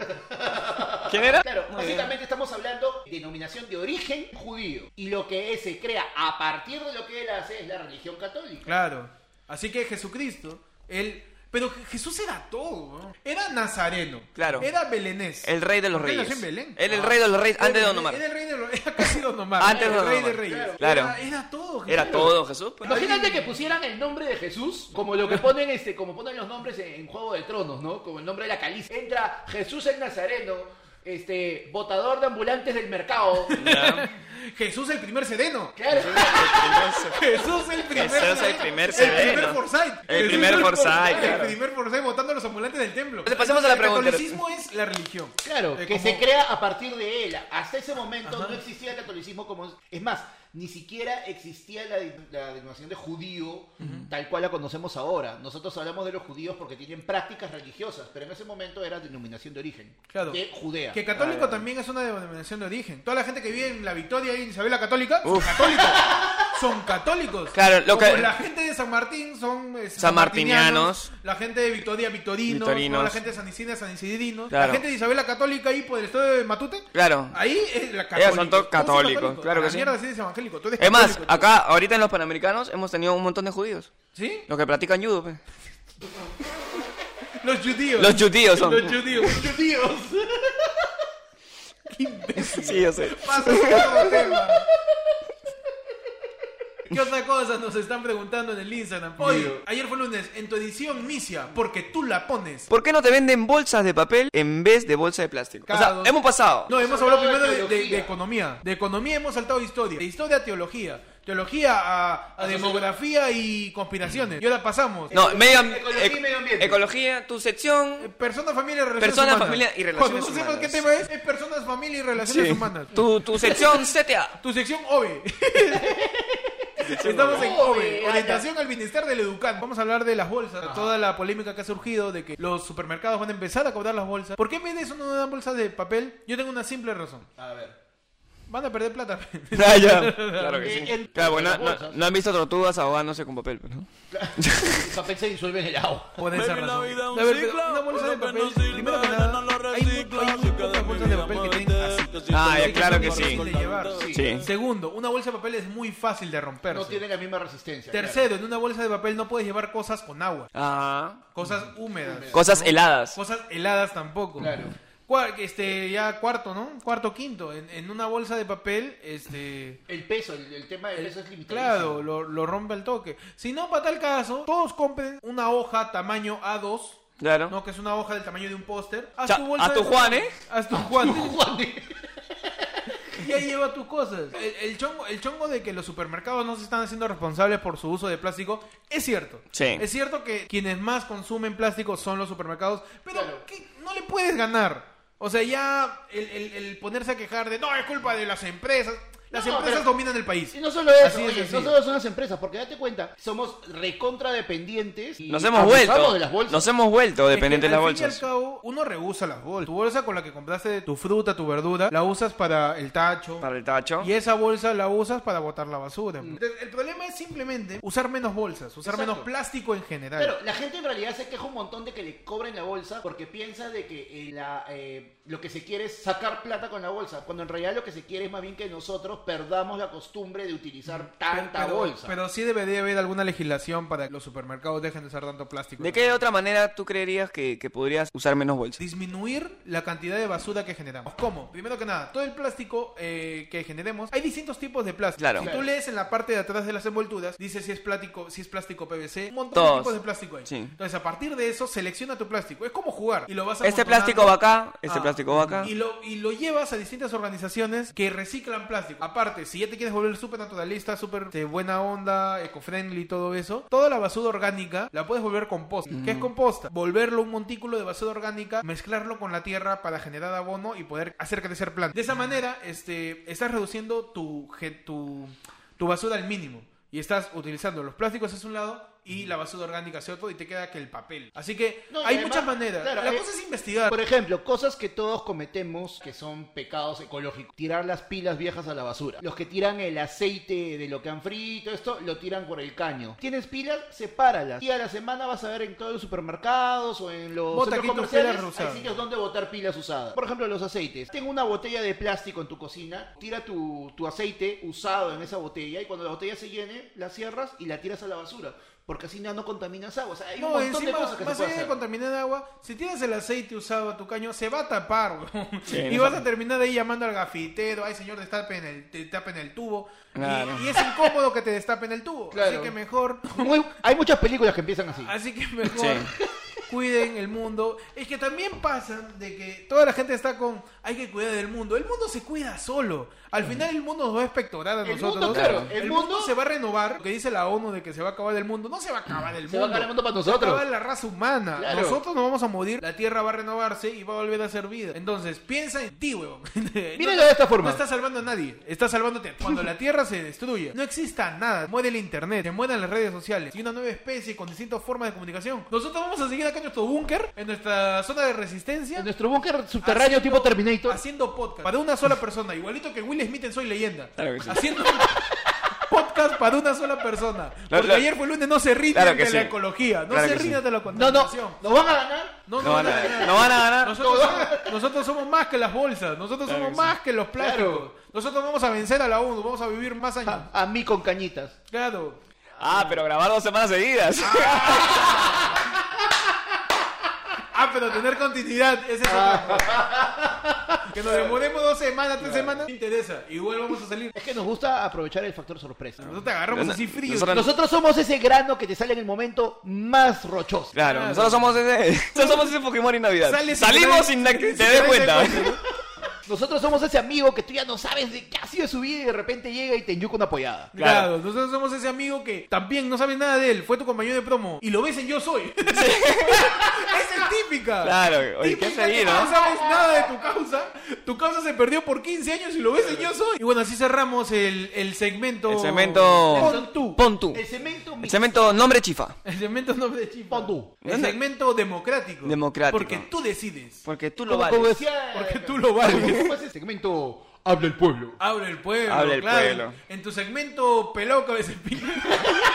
A: ¿Quién era?
C: Claro, básicamente estamos hablando de denominación de origen judío. Y lo que se crea a partir de lo que él hace es la religión católica.
B: Claro. Así que Jesucristo, él. Pero Je- Jesús era todo, ¿no? Era nazareno.
A: Claro.
B: Era belenés.
A: El rey de los
B: ¿Por qué
A: reyes.
B: nació en Belén?
A: Era el
B: Ah.
A: rey de los reyes
B: Era
A: antes de Don
B: Belén,
A: Omar.
B: Era el rey de los. Era casi Don Omar.
A: Antes de
B: Era el
A: Don
B: rey de
A: Omar.
B: reyes.
A: Claro.
B: Era, era todo, Jesús.
A: Era todo Jesús. pues.
C: Imagínate que pusieran el nombre de Jesús como lo que ponen este, como ponen los nombres en, en Juego de Tronos, ¿no? Como el nombre de la caliza. Entra Jesús el Nazareno, este, botador de ambulantes del mercado.
A: Ya.
B: Jesús el primer sereno.
C: Claro.
B: Jesús el primer
A: Jesús el
B: sereno.
A: primer
B: El
A: sereno.
B: primer Forsyth.
A: El
B: Jesús
A: primer Forsyth, claro.
B: El primer Forsyth votando a los ambulantes del templo.
A: Entonces, pasemos a la pregunta.
B: El catolicismo es la religión.
C: Claro,
B: Eh,
C: que
B: como-
C: se crea a partir de él. Hasta ese momento no existía el catolicismo como... Es más, ni siquiera existía la, la denominación de judío tal cual la conocemos ahora. Nosotros hablamos de los judíos porque tienen prácticas religiosas, pero en ese momento era denominación de origen.
B: Claro.
C: De Judea.
B: Que católico también es una denominación de origen. Toda la gente que vive en la Victoria y en Isabel la Católica son
A: Uf.
B: católicos. Son católicos.
A: Claro, lo
B: Como
A: que-
B: la gente de San Martín son eh,
A: Sanmartinianos.
B: La gente de Victoria, victorinos.
A: Victorinos.
B: como La gente de San Isidro, San Isidrinos. La
A: Claro.
B: gente de Isabel la Católica ahí por el estado de Matute.
A: Claro.
B: Ahí es la católica.
A: Ellos son todos
B: Todos
A: católicos, claro
B: A
A: que
B: la
A: sí.
B: mierda sí dice evangélico. Tú eres
A: Es más,
B: católico,
A: acá, ahorita en los Panamericanos, hemos tenido un montón de judíos.
B: ¿Sí?
A: Los que practican judo. pues.
B: Los judíos.
A: Los judíos son.
B: Los judíos.
C: Judíos.
A: Sí, yo sé.
B: Pasa otro tema. ¿Qué otra cosa nos están preguntando en el Instagram? Oye, ayer fue lunes, en tu edición Misia, porque tú la pones.
A: ¿Por qué no te venden bolsas de papel en vez de bolsa de plástico? O sea,
B: Cada-
A: hemos pasado.
B: No, hemos hablado
C: hablado
B: primero
C: de
B: de, de-
C: teología.
B: de economía. De economía hemos saltado a historia. De historia a teología. Teología a, a demografía y conspiraciones. Y ahora pasamos.
A: No, medio, am-
C: Ecología y medio ambiente.
A: Ecología, tu
B: Eh,
A: sección.
B: Persona, familia y relaciones
A: Persona,
B: humanas.
A: familia y relaciones
B: Cuando no sepas
A: humanas.
B: qué tema es, es personas, familia y relaciones
A: Sí.
B: humanas.
A: Tu, tu sección CTA.
B: Tu sección OVE. Estamos en
C: Joder,
B: OVE,
C: ala.
B: orientación al bienestar del educante. Vamos a hablar de las bolsas, toda la polémica que ha surgido de que los supermercados van a empezar a cobrar las bolsas. ¿Por qué en vez de eso no dan bolsas de papel? Yo tengo una simple razón.
C: A ver.
B: Van a perder plata.
A: Ah, ya. Claro que sí.
C: Eh, el-
A: Claro, bueno,
C: las
A: no,
C: bolsas.
A: no han visto tortugas ahogándose con papel, pues, ¿no?
C: El papel se disuelve en el agua.
B: Por esa
E: Baby, la
B: razón.
E: vida es un
B: A ver, pero
E: ciclo,
B: una bolsa de
E: uno que
B: papel,
E: no sirve,
B: primero que nada,
E: no lo
B: hay, muy-
E: recicla,
B: hay muy
E: que de
B: pocas
E: mi
B: bolsas de
E: vida
B: papel que
E: muerte,
B: tienen así.
E: que si
A: Ah,
E: te
A: ya,
E: digo
A: claro
E: no
A: que
E: me
A: sí.
B: fácil de
E: recordás.
B: llevar.
C: Sí.
A: Sí.
B: Segundo, una bolsa de papel es muy fácil de romperse.
C: No tiene la misma resistencia. claro.
B: Tercero, en una bolsa de papel no puedes llevar cosas con agua,
A: Ah.
B: cosas húmedas,
A: Cosas heladas.
B: cosas heladas tampoco.
C: Claro.
B: Cua- este, ya cuarto, ¿no? Cuarto, quinto. En, en una bolsa de papel, este.
C: El peso, el, el tema del peso es limitado.
B: Claro, lo, lo rompe al toque. Si no, para tal caso, todos compren una hoja tamaño A2,
A: Claro.
B: ¿no? Que es una hoja del tamaño de un póster. Haz
A: Cha- a
B: de
A: tu
B: papel.
A: Juan, ¿eh?
B: Haz tu Juan. Ya lleva tus cosas. El, el chongo, el chongo de que los supermercados no se están haciendo responsables por su uso de plástico es cierto.
A: Sí.
B: Es cierto que quienes más consumen plástico son los supermercados, pero
C: Claro.
B: ¿qué? no le puedes ganar. O sea, ya el, el- el ponerse a quejar de no, es culpa de las empresas. Las
C: No,
B: empresas
C: pero-
B: dominan el país.
C: Y no solo eso,
B: Así de
C: oye, no
B: sencillo.
C: solo son las empresas, porque date cuenta, somos recontradependientes y
A: Nos hemos
C: abusamos
A: vuelto.
C: de las bolsas.
A: Nos hemos vuelto
B: Es que
A: dependientes de las
B: al fin y
A: bolsas.
B: al cabo, uno rehúsa las bolsas. Tu bolsa con la que compraste tu fruta, tu verdura, la usas para el tacho,
A: Para el tacho.
B: Y esa bolsa la usas para botar la basura.
A: Mm.
B: Entonces, el problema es simplemente usar menos bolsas, usar
C: Exacto.
B: menos plástico en general.
C: Pero la gente en realidad se queja un montón de que le cobren la bolsa porque piensa de que eh, la, eh, lo que se quiere es sacar plata con la bolsa, cuando en realidad lo que se quiere es más bien que nosotros perdamos la costumbre de utilizar tanta
B: pero,
C: bolsa.
B: pero sí debería haber alguna legislación para que los supermercados dejen de usar tanto plástico.
A: ¿De qué otra manera tú creerías que, que podrías usar menos bolsas?
B: Disminuir la cantidad de basura que generamos. ¿Cómo? Primero que nada, todo el plástico eh, que generemos, hay distintos tipos de plástico.
A: Claro.
B: Si tú
C: Claro.
B: lees en la parte de atrás de las envolturas, dice si es plástico, si es plástico PVC, un montón de
A: Todos.
B: tipos de plástico hay.
A: Sí.
B: Entonces, a partir de eso, selecciona tu plástico. Es como jugar y lo vas
A: Este
B: amontonando.
A: plástico va acá, este
B: Ah,
A: plástico va acá.
B: Y lo, y lo llevas a distintas organizaciones que reciclan plástico. Aparte, si ya te quieres volver súper naturalista, súper de buena onda, eco-friendly y todo eso, toda la basura orgánica la puedes volver composta. ¿Qué es composta? Volverlo un montículo de basura orgánica, mezclarlo con la tierra para generar abono y poder hacer crecer plantas. De esa manera, este, estás reduciendo tu, ge- tu, tu basura al mínimo. Y estás utilizando los plásticos hacia un lado y la basura orgánica hacia otro y te queda que el papel. Así que
C: No, y
B: hay
C: además-
B: muchas maneras.
C: claro,
B: la
C: eh,
B: cosa es investigar.
C: Por ejemplo, cosas que todos cometemos que son pecados ecológicos. Tirar las pilas viejas a la basura. Los que tiran el aceite de lo que han frito, esto, lo tiran por el caño. ¿Tienes pilas? Sepáralas. Y a la semana vas a ver en todos los supermercados o en los
B: Bota aquí
C: centros
B: tus
C: comerciales
B: pilas usadas.
C: hay sitios donde botar pilas usadas. Por ejemplo, los aceites. Tengo una botella de plástico en tu cocina. Tira tu, tu aceite usado en esa botella y cuando la botella se llene, la cierras y la tiras a la basura. Porque así no no contaminas agua. O sea, hay un
B: No,
C: montón de
B: encima,
C: cosas que se
B: más
C: puede
B: allá
C: hacer.
B: de contaminar el agua, si tienes el aceite usado a tu caño, se va a tapar, weón. y
A: no
B: vas a terminar ahí llamando al gafitero, ay señor, destapen el, destapen el tubo. Y-
A: Claro.
B: Y, es incómodo que te destapen el tubo.
C: Claro.
B: Así que mejor,
C: Muy- hay muchas películas que empiezan así.
B: así que mejor
A: Sí.
B: cuiden el mundo. Es que también pasa de que toda la gente está con, hay que cuidar del mundo. El mundo se cuida solo. Al final el mundo nos va a espectorar a
C: El
B: nosotros.
C: mundo, claro.
B: El,
C: El
B: mundo,
C: mundo-
B: se va a renovar. Lo que dice la ONU de que se va a acabar el mundo, no se va a acabar el
C: Se va
B: mundo.
C: a acabar el mundo
B: Se
C: para
B: va a
C: nosotros.
B: acabar la raza humana.
C: Claro.
B: Nosotros nos vamos a morir, la Tierra va a renovarse y va a volver a ser vida. Entonces, piensa en ti, huevón.
C: Míralo de esta forma.
B: No estás salvando a nadie, estás salvándote. a ti. Cuando la Tierra se destruye, no exista nada, muere el internet, se mueran las redes sociales y una nueva especie con distintas formas de comunicación. Nosotros vamos a seguir acá en nuestro búnker, en nuestra zona de resistencia.
C: En nuestro búnker subterráneo tipo Terminator.
B: Haciendo podcast para una sola persona, igualito que Will Smith en Soy Leyenda.
A: Claro que sí.
B: Haciendo podcast para una sola persona.
A: Claro,
B: Porque
A: claro.
B: ayer fue lunes, no se ríe
A: Claro
B: ante
A: que
B: la
A: sí.
B: ecología, no
A: Claro
B: se
A: que
B: ríe
A: sí.
B: ante la
C: No, no,
B: contaminación.
C: nos van a ganar.
B: No,
A: No
B: no,
A: van
B: no, no,
A: a,
B: no.
A: no van a ganar.
B: Nosotros, somos, nosotros somos más que las bolsas, nosotros
A: Claro
B: somos
A: que sí.
B: más que los plásticos.
C: Claro.
B: Nosotros vamos a vencer a la ONU, vamos a vivir más años.
C: A, a mí con cañitas.
B: Claro.
A: Ah, pero grabar dos semanas seguidas.
B: Ah, pero tener continuidad, ese es otro.
A: Ah.
B: Que nos demoremos dos semanas, tres semanas, no interesa. Igual vamos a salir.
C: Es que nos gusta aprovechar el factor sorpresa.
B: Nosotros te agarramos
A: No,
B: así frío.
A: nosotros-
C: Nosotros somos ese grano que te sale en el momento más rochoso.
A: Claro,
B: Claro.
A: nosotros somos ese, nosotros somos ese Pokémon en Navidad.
B: Sales y
A: Salimos
B: te-
A: sin que
B: sin
A: te
B: que
A: des
B: te des
A: cuenta.
B: cuenta.
C: Nosotros somos ese amigo que tú ya no sabes de qué ha sido su vida y de repente llega y te enyuca una pollada.
A: Claro.
B: Claro. nosotros somos ese amigo que también no sabes nada de él, fue tu compañero de promo y lo ves en Yo Soy. Esa es típica.
A: Claro, oye, ¿qué
B: Típica
A: hace ahí,
B: que
A: no?
B: no sabes nada de tu causa. Tu causa se perdió por 15 años y lo ves en Yo Soy. Y bueno, así cerramos el, el segmento.
A: El segmento.
B: Pon tú.
A: Pon tú.
C: El cemento
A: El segmento nombre chifa.
B: El segmento no de chimpa.
C: Pon tú.
B: El segmento democrático.
A: Democrático.
B: Porque tú decides.
A: Porque tú lo
C: como, como
A: vales.
C: decía.
B: Porque tú lo vales.
C: ¿Cómo es el segmento Habla el pueblo?
B: Habla el pueblo.
A: Habla el
B: claro.
A: pueblo.
B: En tu segmento pelado cabeza espina.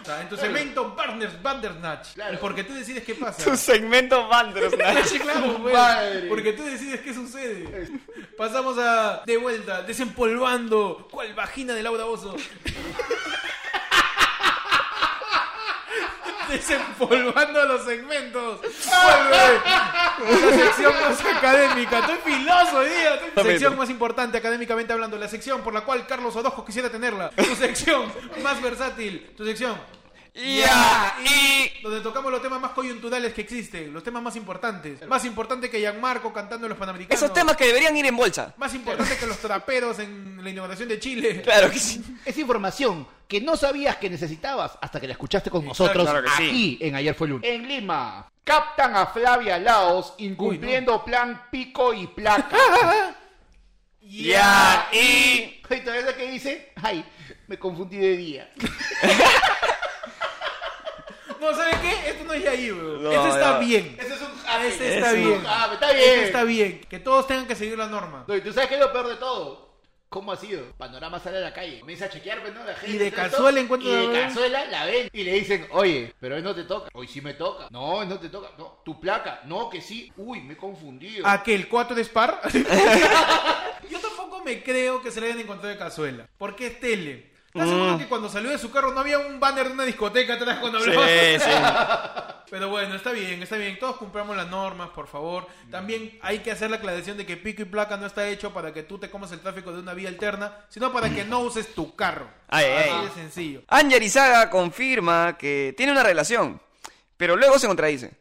B: O sea, en tu segmento Partners Bandersnatch.
C: Claro.
B: Porque tú decides qué
A: Tu
B: pasa.
A: segmento Bandersnatch.
B: Ah, Sí, claro, güey.
C: Madre.
B: Porque tú decides qué sucede. Pasamos a de vuelta, desempolvando. ¿Cuál vagina de Laura Bozo? Desempolvando los segmentos. Vuelve. La sección más académica. Estoy filoso eh, hoy día. estoy-
A: Está bien.
B: Sección más importante académicamente hablando. La sección por la cual Carlos Odojo quisiera tenerla. Tu sección más versátil. Tu sección
A: Ya, y.
B: donde tocamos los temas más coyunturales que existen, los temas más importantes. Más importante que Gianmarco cantando en los Panamericanos.
A: Esos temas que deberían ir en bolsa.
B: Más importante que los traperos en la inauguración de Chile.
A: Claro que sí.
C: Es información que no sabías que necesitabas hasta que la escuchaste con nosotros
A: claro que sí.
C: aquí en Ayer fue lunes. En Lima, captan a Flavia Laos incumpliendo plan pico y placa.
A: Ya, y.
C: y todavía la que dice, ay, me confundí de día.
B: No, ¿sabes qué? Esto no es ahí, bro.
A: No,
B: Esto está
A: no.
B: bien.
C: Ese es un
B: Este está
A: es un
B: bien.
C: Ah, está bien.
B: Este está bien. Que todos tengan que seguir la norma.
C: No, y tú sabes que es lo peor de todo. ¿Cómo ha sido? Panorama sale a la calle, comienza a chequear, pues, ¿no? La gente.
B: Y de
C: todo esto,
B: cazuela encuentra
C: Y
B: la
C: de
B: ven.
C: cazuela la ven. Y le dicen, oye, pero hoy no te toca. Hoy sí me toca. No, hoy no te toca. No, tu placa. No, que sí. Uy, me he confundido.
B: ¿A que el 4 es par? Yo tampoco me creo que se le hayan encontrado de cazuela. Porque es tele.
A: Mm.
B: ¿Estás seguro que cuando salió de su carro no había un banner de una discoteca atrás cuando
A: Sí,
B: hablaba?
A: sí.
B: Pero bueno, está bien, está bien. Todos cumplamos las normas, por favor. También hay que hacer la aclaración de que pico y placa no está hecho para que tú te comas el tráfico de una vía alterna, sino para que no uses tu carro.
A: Ay,
B: Así
A: ay.
B: de sencillo.
A: Ángel Izaga confirma que tiene una relación, pero luego se contradice.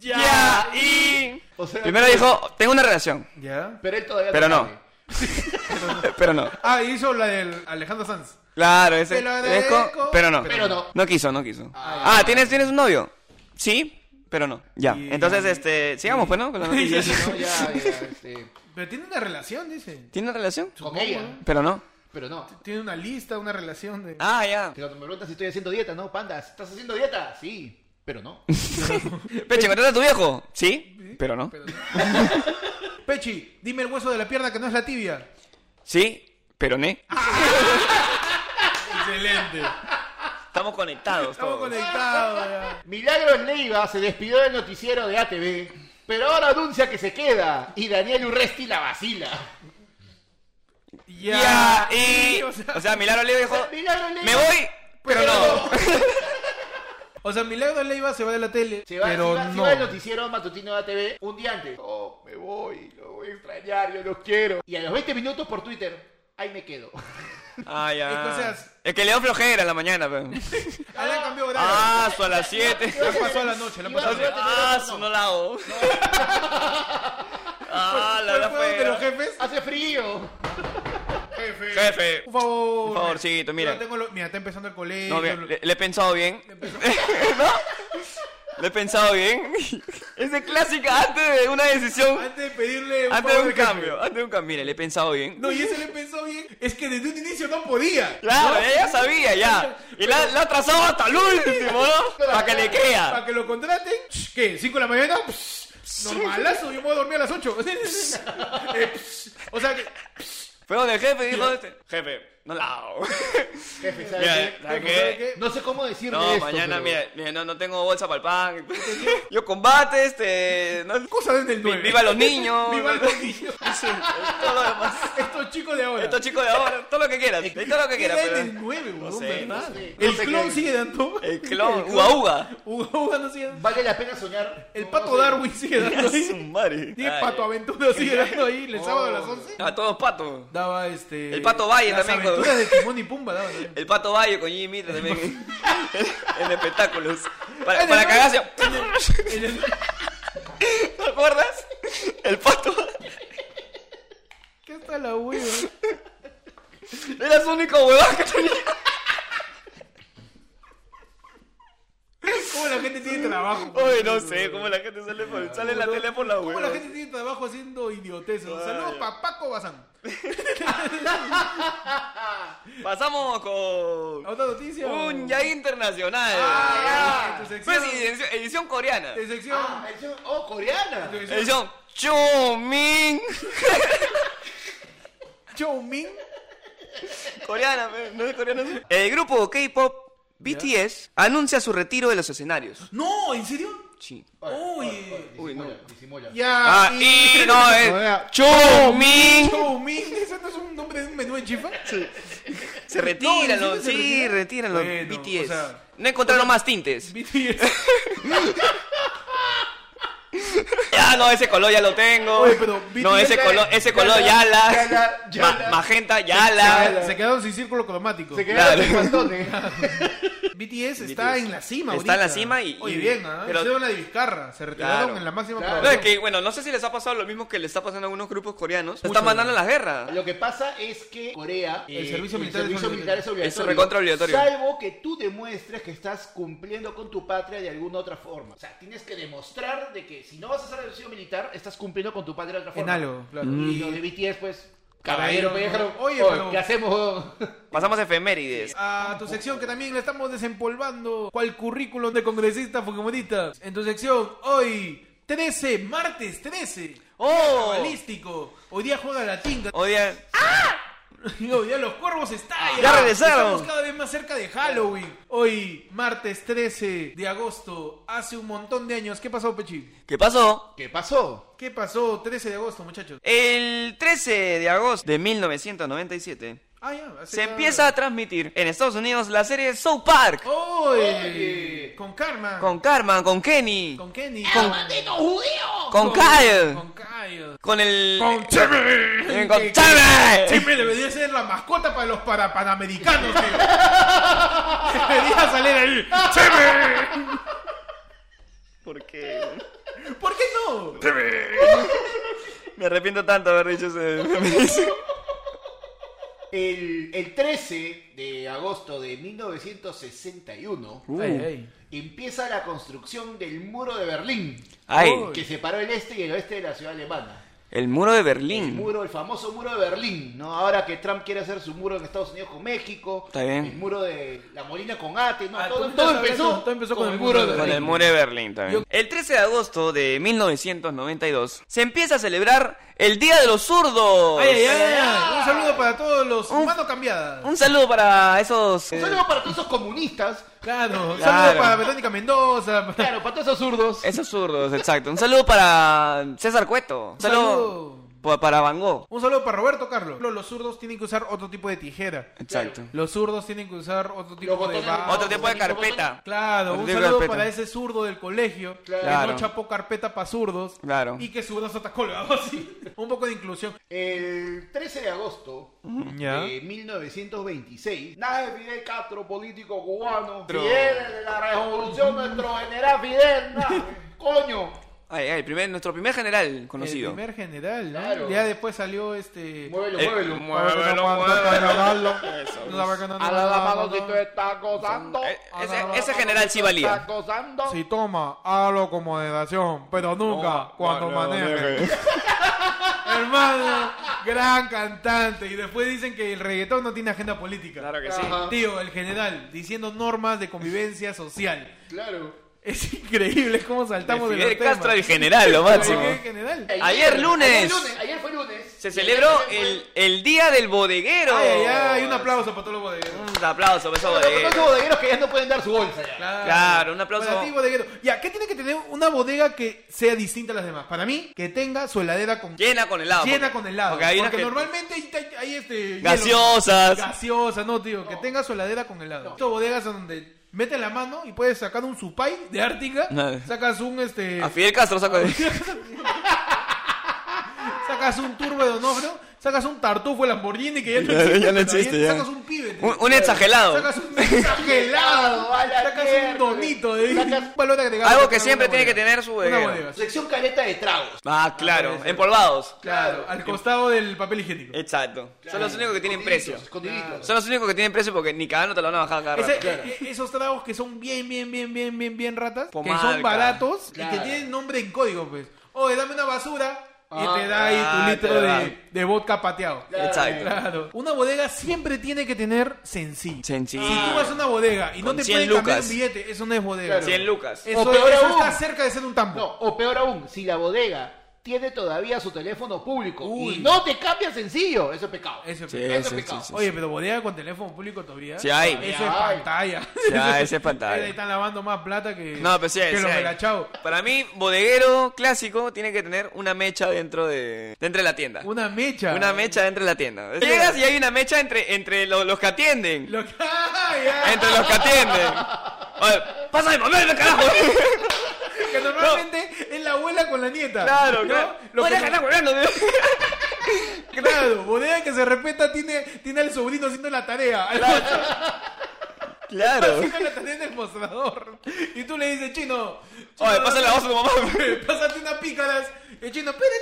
B: Ya.
A: y.
C: O sea,
A: Primero dijo, tengo una relación,
B: ¿Ya?
C: Pero él todavía
A: pero no.
C: sabe.
A: pero no.
B: Ah, hizo la del Alejandro Sanz.
A: Claro, ese.
B: Te lo agradezco,
A: pero no.
C: pero no.
A: No quiso, no quiso.
C: Ah,
A: Ah, ¿tienes, ¿tienes un novio? Sí, pero no. Ya.
B: Y-
A: Entonces, este. Sigamos, pues, ¿no? Con las noticias.
C: No, ya, ya, este,
B: Pero tiene una relación, dice.
A: ¿Tiene una relación?
C: con ella.
A: Pero no.
C: Pero no.
B: Tiene una lista, una relación de...
A: Ah, ya.
C: Pero me preguntas si estoy haciendo dieta, ¿no? Pandas, ¿estás haciendo dieta? Sí, pero no.
A: Peche, ¿encontraste a tu viejo? Sí, pero no.
B: Pechi, dime el hueso de la pierna que no es la tibia.
A: Sí, pero ne.
B: Excelente.
A: Estamos conectados
B: Estamos
A: todos.
B: conectados. ya.
C: Milagros Leiva se despidió del noticiero de ATV, pero ahora anuncia que se queda y Daniel Urresti la vacila.
A: Ya, y.
B: O sea,
A: O sea, Milagro le dijo,
C: Milagros Leiva
A: me voy, pero no.
B: o sea, Milagro Leiva se va de la tele,
C: Se va,
B: pero
C: se va- se
B: no.
C: va del noticiero matutino de ATV un día antes. Oh, me voy, lo voy a extrañar, yo los quiero. Y a los 20 minutos por Twitter, ahí me quedo.
A: Ah,
B: Es que, o
A: ya.
B: sea,
A: Es que le dio flojera en la mañana, pero.
B: Ah, ya cambió horario.
A: Ah, su a las 7.
B: La pasó a la noche, la
C: Y
B: pasó a
C: va-
B: la noche.
A: Ah, su no la hago. Ah, la
B: Fue el
A: la
B: juego de los
A: fea.
B: jefes?
C: Hace frío.
A: Jefe.
B: Por favor.
A: Por favorcito, mira.
B: Yo tengo lo- Mira, está empezando el colegio.
A: No, bien, le, le he pensado bien. ¿No? Le he pensado bien. Es de clásica antes de una decisión.
B: Antes de pedirle un
A: Antes de
B: favor al
A: un
B: jefe.
A: cambio. Antes de un cambio. Mire, le he pensado bien.
B: No, y ese le pensó bien. Es que desde un inicio no podía.
A: Claro, ella ya sabía, ya. Y la, la ha trazado hasta el último, ¿no? Para que le
B: Para
A: crea.
B: que lo contraten. Psh, ¿Qué? ¿Cinco de la mañana? Psh, Normalazo, yo me voy a dormir a las 8. o sea que.
A: Fue donde el jefe dijo este. Jefe, no la hago.
C: Jefe, ¿sabe
A: Mira,
C: qué?
A: ¿sabes
B: ¿sabe
A: qué?
B: qué?
C: No sé cómo decirle
A: No,
C: esto,
A: mañana,
C: pero-
A: mira, mira, no, no tengo bolsa para el pan. Yo combate, este. no-
B: Cosas desde el
A: vi-
B: 9.
A: viva los niños.
B: Viva los niños.
A: Sí, todo lo demás.
B: Estos chicos de ahora.
A: Estos chicos de ahora, todo lo que quieras. Todo lo que
B: Era
A: quieras, pero.
B: del 9,
A: No
B: weón,
A: sé,
B: ¿verdad?
A: no
C: sé.
B: El
C: No sé
B: clon
C: qué-
B: sigue dando.
A: El clon, uga uga.
B: Uga, uga, no sigue dando.
C: Vale la pena soñar.
B: El
C: No,
B: pato
C: no sé.
B: Darwin sigue dando
A: Es
B: ahí.
A: un mari.
B: Tiene
A: Ay,
B: pato aventura sigue dando ahí. El sábado a las 11.
A: A todos patos.
B: Daba este.
A: El Pato Valle
B: las
A: también,
B: aventuras
A: con-
B: de Timón y Pumba daba también.
A: El pato Bayo con Jimmy Mitra también. en espectáculos. Para,
B: En
A: para
B: el-
A: cagarse.
B: En el-
A: ¿Te acuerdas? El pato.
B: ¿Qué está la hueva?
A: Era su único huevón que tenía.
B: ¿Cómo la gente tiene trabajo?
A: Oye, no sé, cómo la gente sale, por- sale en la tele por la
B: ¿Cómo la
A: hueva.
B: gente tiene trabajo haciendo idioteces? Saludos para Paco Bazán.
A: Pasamos con...
B: Otra noticia.
A: Un ya internacional.
B: Ah, ya. Tu sección.
A: Pues, edición, edición coreana.
B: En sección.
C: Ah, el show- oh, coreana.
B: en sección
A: Edición Chomin.
B: Chow Min.
A: Coreana, pe, no es coreana. sí. El grupo K-pop BTS anuncia su retiro de los escenarios.
B: No, ¿en serio?
A: Sí.
B: Uy.
A: Uy, no.
C: Disimula, disimula.
B: Ya.
A: Ah, y no
C: Oiga.
A: es Chomin.
B: Chow Min. ¿Ese no es un nombre de un menú en chifa?
A: Se
B: No,
A: retiran
B: ¿en serio
A: los,
B: se
A: sí,
B: retira?
A: retiran los
B: Bueno,
A: BTS.
B: o sea,
A: no encontraron más tintes.
B: BTS.
A: Ya no, ese color ya lo tengo.
B: Oye, pero
A: no,
B: BTS
A: ese
B: ya-
A: color, ese color ya la.
C: ya la- ya
A: Ma-
C: la-
A: magenta ya la.
B: Ah, Se quedaron sin círculo cromático.
C: Se quedaron
A: Claro.
C: sin pantones.
B: BTS está en la cima
A: Está en la
B: ahorita.
A: cima y-
B: Oye,
A: y-
B: bien, ¿ah?
A: pero-
B: Hicieron la de Vizcarra. Se retiraron
A: Claro.
B: en la máxima
C: Claro.
A: No, es
B: probabilidad.
A: que, bueno, no sé si les ha pasado lo mismo que les está pasando a algunos grupos coreanos. Se
B: Mucho,
A: están mandando a la guerra.
C: Lo que pasa es que Corea. eh,
B: El servicio militar es
C: servicio
B: obligatorio.
C: militar es obligatorio.
A: Es recontra obligatorio.
C: Salvo que tú demuestres que estás cumpliendo con tu patria de alguna otra forma. O sea, tienes que demostrar de que si no vas a hacer el servicio militar, estás cumpliendo con tu patria de otra
B: En
C: forma.
B: algo, claro.
C: Y
B: Y-
A: Mm.
C: los de BTS, pues.
B: Caballero,
C: Caballero, me dejaron.
B: ¿no? Oye,
C: Oye,
B: pero-
C: ¿qué hacemos?
A: Pasamos a efemérides.
B: A tu sección que también le estamos desempolvando. ¿Cuál currículum de congresista Fujimoristas? En tu sección, hoy, 13, martes 13.
A: ¡Oh!
B: Balístico. Hoy día juega la tinga.
A: Odia.
B: Hoy día los cuervos estallan.
A: Ah, Ya regresaron.
B: Estamos cada vez más cerca de Halloween. Hoy, martes 13 de agosto. Hace un montón de años. ¿Qué pasó, Pechi?
A: ¿Qué pasó?
C: ¿Qué pasó?
B: ¿Qué pasó 13 de agosto, muchachos?
A: El 13 de agosto de 1997
B: Ah, ya. hace
A: se
B: ya-
A: empieza a transmitir en Estados Unidos la serie South Park
B: ¡Oye!
C: Oye.
B: Con Karma.
A: con Ah, Carmen, con Kenny,
B: con Kenny.
C: judío!
A: con Kyle,
B: Con Kyle.
A: con el
D: Con Timmy.
A: eh, con
B: que-
A: Chávez.
B: Siempre debería ser la mascota para los para panamericanos, tío. Debería salir ahí.
D: Timmy.
A: ¿Por qué?
B: ¿Por qué no?
A: Me arrepiento tanto de haber dicho ese.
C: El, el 13 de agosto de 1961
B: Ay, ay.
C: empieza la construcción del muro de Berlín,
A: Ay,
C: que separó el este y el oeste de la ciudad alemana.
A: el muro de
C: El
A: Berlín.
C: muro, el famoso muro de Berlín, ¿no? Ahora que Trump quiere hacer su muro en Estados Unidos con México,
A: Está bien.
C: el muro de la Molina con Ate, ¿no?
B: Ah,
C: todo,
B: tú
C: todo
B: estás
C: empezó
B: hablando- todo empezó con el muro de
A: Con el muro de Berlín también. El 13 de agosto de 1992 se empieza a celebrar el Día de los Zurdos.
B: Ay, ay, ay. Un saludo para todos los
A: Pues, Un-
B: mano cambiadas.
A: Un saludo para esos.
C: Un
A: eh,
C: saludo para todos esos comunistas,
B: Claro. Un
A: Claro.
B: saludo para Verónica Mendoza. para-
C: claro, para todos esos zurdos.
A: Esos zurdos, exacto. Un saludo para César Cueto. Un saludo,
B: saludo.
A: pa- para Van Gogh.
B: Un saludo para Roberto Carlos. Los- Los zurdos tienen que usar otro tipo de tijera.
A: Exacto.
B: Los zurdos tienen que usar otro tipo
C: Los
B: de
C: botones-
B: vaso.
A: Otro tipo de
C: Otro tipo de-
A: carpeta.
B: Claro,
A: Otro
B: un
A: tipo de
B: saludo
A: carpeta.
B: para ese zurdo del colegio
A: Claro.
B: que no chapó carpeta para zurdos
A: Claro.
B: y que su brazo está colgado así. un poco de inclusión.
C: El 13 de agosto eh, de 1926 nace Fidel Castro, político cubano.
A: Castro.
C: Fidel de la revolución, nuestro general Fidel, nace. coño.
A: Ay, ay, primer- nuestro primer general conocido.
B: El primer general, ¿no?
C: Claro.
B: Ya después salió este.
C: Muévelo,
A: Eh,
C: muévelo.
A: muévelo, muévelo. Eso.
C: A la mano si tú estás gozando.
A: Eh,
C: A
A: ese-
C: la mano
A: ese
C: si
A: general
C: tú
A: sí valía.
C: estás gozando.
B: Si toma, hágalo con moderación, pero nunca cuando maneje. Hermano, gran cantante. Y después dicen que el reggaetón no tiene agenda política.
A: Claro que sí.
C: Ajá.
B: Tío, el general, diciendo normas de convivencia social.
C: Claro.
B: Es increíble cómo saltamos de,
A: Fidel
B: los
A: Castro, el
B: temas.
A: general, lo máximo.
B: Oye, qué general.
A: Ayer lunes.
C: Ayer, ayer fue lunes.
A: Se celebró el, el Día del Bodeguero.
B: Ay, ay, ay, un aplauso para todos los bodegueros.
A: Un aplauso para esos
C: Pero Los
A: bodegueros.
C: bodegueros que ya no pueden dar su bolsa. ya.
A: Claro, un aplauso.
B: Para ti, bodeguero. Ya, ¿qué tiene que tener una bodega que sea distinta a las demás? Para mí, que tenga su heladera con
A: Llena con helado.
B: llena
A: Ah, porque-
B: con helado.
A: Porque hay unas
B: Porque
A: que-
B: normalmente hay, hay- hay, este. hielo.
A: Gaseosas.
B: Gaseosa, no, tío. Que tenga su heladera con helado. Estas bodegas son donde metes la mano y puedes sacar un supay de Ártica.
A: No.
B: Sacas un este.
A: A Fidel Castro saco de...
B: sacas un turbo de Donofrio, sacas un tartufo de Lamborghini que ya no
E: Ya-
B: existe.
E: ya no
B: también
E: existe, ya.
B: Sacas un pibe. tío.
A: Un, un exagelado.
B: Sacas un mensaje helado.
C: A la
B: Sacas
C: mierda.
B: un donito de
C: Sacas-
B: un valor agregado.
A: Algo que
B: Sacas
A: siempre
B: una
A: tiene que
B: bodega.
A: tener su
B: Una
A: bodega.
B: bodega.
C: Sección careta de tragos.
A: Ah, claro. Empolvados.
B: Claro, al costado del papel higiénico.
A: Exacto. Son los únicos que tienen
C: Escondiditos,
A: precio.
C: escondiditos.
A: Son los únicos que tienen precio porque ni cagando te lo van a bajar cada
B: Ese-
A: rato.
B: eh, esos tragos que son bien, bien, bien, bien, bien, bien ratas,
A: Pomalca.
B: que son baratos y
C: Claro.
B: que tienen nombre en código, pues. Oye, dame una basura
C: Ah,
B: y te da ahí
A: ah,
B: tu litro
A: te da.
B: de, de vodka pateado.
A: Exacto.
B: Claro. Una bodega siempre tiene que tener sencillo.
A: Sencillo.
B: Si tú vas a una bodega y no
A: Con
B: te
A: 100
B: pueden cambiar
A: lucas.
B: un billete, eso no es bodega.
C: Claro.
A: 100 lucas.
B: Eso,
C: O peor
B: eso
C: aún.
B: está cerca de ser un tambo.
C: No, o peor aún, si la bodega tiene todavía su teléfono público
B: Uy.
C: y no te cambia sencillo, eso es pecado.
B: Eso es
A: Sí,
B: pecado.
C: Eso es
A: sí,
C: pecado.
A: sí, sí.
B: Oye, pero bodega con teléfono público todavía.
A: Sí hay.
B: Eso es
C: Ay.
B: pantalla.
A: Ya, ese es pantalla.
B: Ahí están lavando más plata que,
A: No, pero sí hay,
B: que
A: sí
B: los
A: hay.
B: melachao.
A: Para mí, bodeguero clásico tiene que tener una mecha dentro de dentro de la tienda.
B: Una mecha.
A: Una mecha dentro de la tienda. Llegas y hay una mecha entre, entre lo- los que atienden.
B: Lo que- ¡Ah, ya!
A: Entre los que atienden. Oye, pásame, mamá, carajo.
B: Que normalmente es la abuela con la nieta.
A: Claro,
B: ¿no?
A: claro.
B: Lo que-
A: Oye, deja de estar hueveando, tío.
B: claro, bodega que se respeta tiene, tiene al sobrino haciendo la tarea. Al
A: Claro.
B: haciendo la tarea en el mostrador. Y tú le dices, chino. chino,
A: Oye, pásale la voz a tu mamá.
B: Pásate una pícaras. El chino, espérate,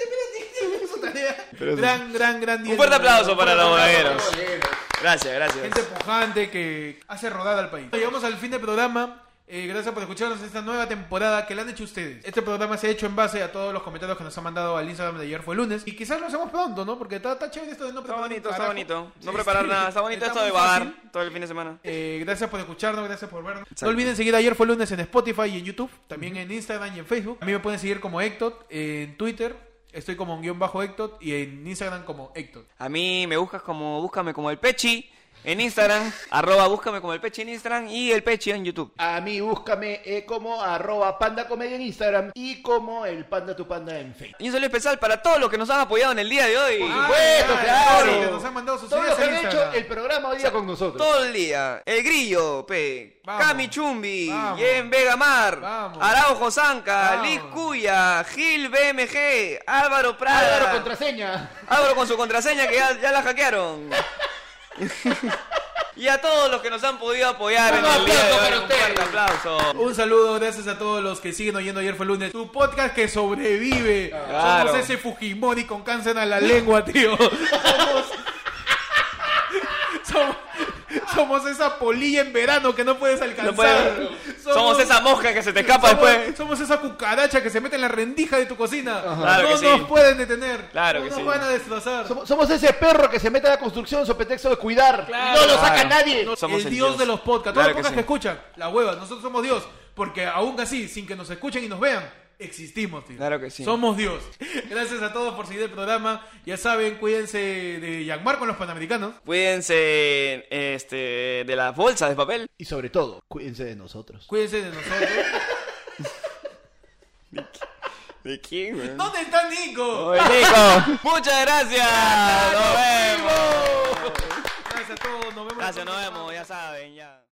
B: espérate. Su tarea. gran, gran, gran.
A: Un fuerte aplauso para los bodegueros.
C: Eso es pecado.
A: Gracias, gracias.
B: Gente pujante que hace rodar al país. Llegamos al fin del programa. Eh, gracias por escucharnos en esta nueva temporada que la han hecho ustedes. Este programa se ha hecho en base a todos los comentarios que nos han mandado al Instagram de ayer fue lunes. Y quizás lo hacemos pronto, ¿no? Porque está, está chévere esto de no
A: Está
B: preparar
A: bonito,
B: un
A: está
B: carajo.
A: bonito. No
B: Sí,
A: preparar
B: sí.
A: nada. Está bonito esto de
B: muy
A: vagar
B: fácil.
A: todo el fin de semana.
B: Eh, gracias por escucharnos, gracias por vernos. No olviden seguir ayer fue lunes en Spotify y en YouTube, también en Instagram y en Facebook. A mí me pueden seguir como Ectot, en Twitter estoy como un guión bajo Ectot y en Instagram como Ectot.
A: A mí me buscas como búscame como el Pechi en Instagram, arroba búscame como el Pechi en Instagram y el Pechi en YouTube.
C: A mí búscame eh, como arroba panda comedia en Instagram y como el panda tu panda en Facebook.
A: Y un saludo especial para todos los que nos han apoyado en el día de hoy.
B: Ah,
C: supuesto, claro.
B: sí, que nos han mandado sus
C: Todos los
B: ideas
C: que
B: en
C: han hecho
B: Instagram.
C: el programa hoy día con nosotros.
A: Todo el día. El Grillo, Pe.
B: Vamos.
A: Cami Chumbi.
B: Vamos.
A: Jen Vega Mar.
B: Vamos.
A: Araujo Zanca.
B: Vamos.
A: Liz Cuya. Gil BMG. Álvaro Prada.
C: Álvaro, contraseña.
A: Álvaro con su contraseña que ya, ya la hackearon. y a todos los que nos han podido apoyar
C: Un
A: en el día de
C: aplauso
A: hoy,
C: para
A: un
C: ustedes.
A: fuerte aplauso.
B: Un saludo, gracias a todos los que siguen oyendo ayer fue lunes. Tu podcast que sobrevive.
A: Claro.
B: Somos ese Fujimori con cáncer a la lengua, tío. Somos. Somos, somos esa polilla en verano que no puedes alcanzar.
A: No puede- Somos, esa mosca que se te escapa
B: somos-
A: después.
B: Somos esa cucaracha que se mete en la rendija de tu cocina.
A: Claro
B: no
A: que sí.
B: nos pueden detener.
A: Claro
B: no
A: que
B: nos
A: sí.
B: van a destrozar.
C: Somos, somos ese perro que se mete a la construcción sobre pretexto de cuidar.
B: Claro.
C: no lo saca
A: Claro.
C: nadie.
A: No- somos
B: el,
A: el
B: dios,
A: dios.
B: de los podcasts.
A: Claro
B: Todos los podcasts
A: que
B: que
A: sí.
B: escuchan, la hueva, nosotros somos dios. Porque aún así, sin que nos escuchen y nos vean, existimos, tío.
A: Claro que sí.
B: Somos dios. Gracias a todos por seguir el programa. Ya saben, cuídense de Yanmar con los panamericanos.
A: Cuídense este, de las bolsas de papel.
C: Y sobre todo, cuídense de nosotros.
B: Cuídense de nosotros.
A: ¿De quién,
B: ¿Dónde está Nico?
A: Nico. Muchas gracias. Nos vemos.
B: Gracias a todos. Nos vemos. la
A: Gracias, nos
B: próxima.
A: vemos. Ya saben, ya.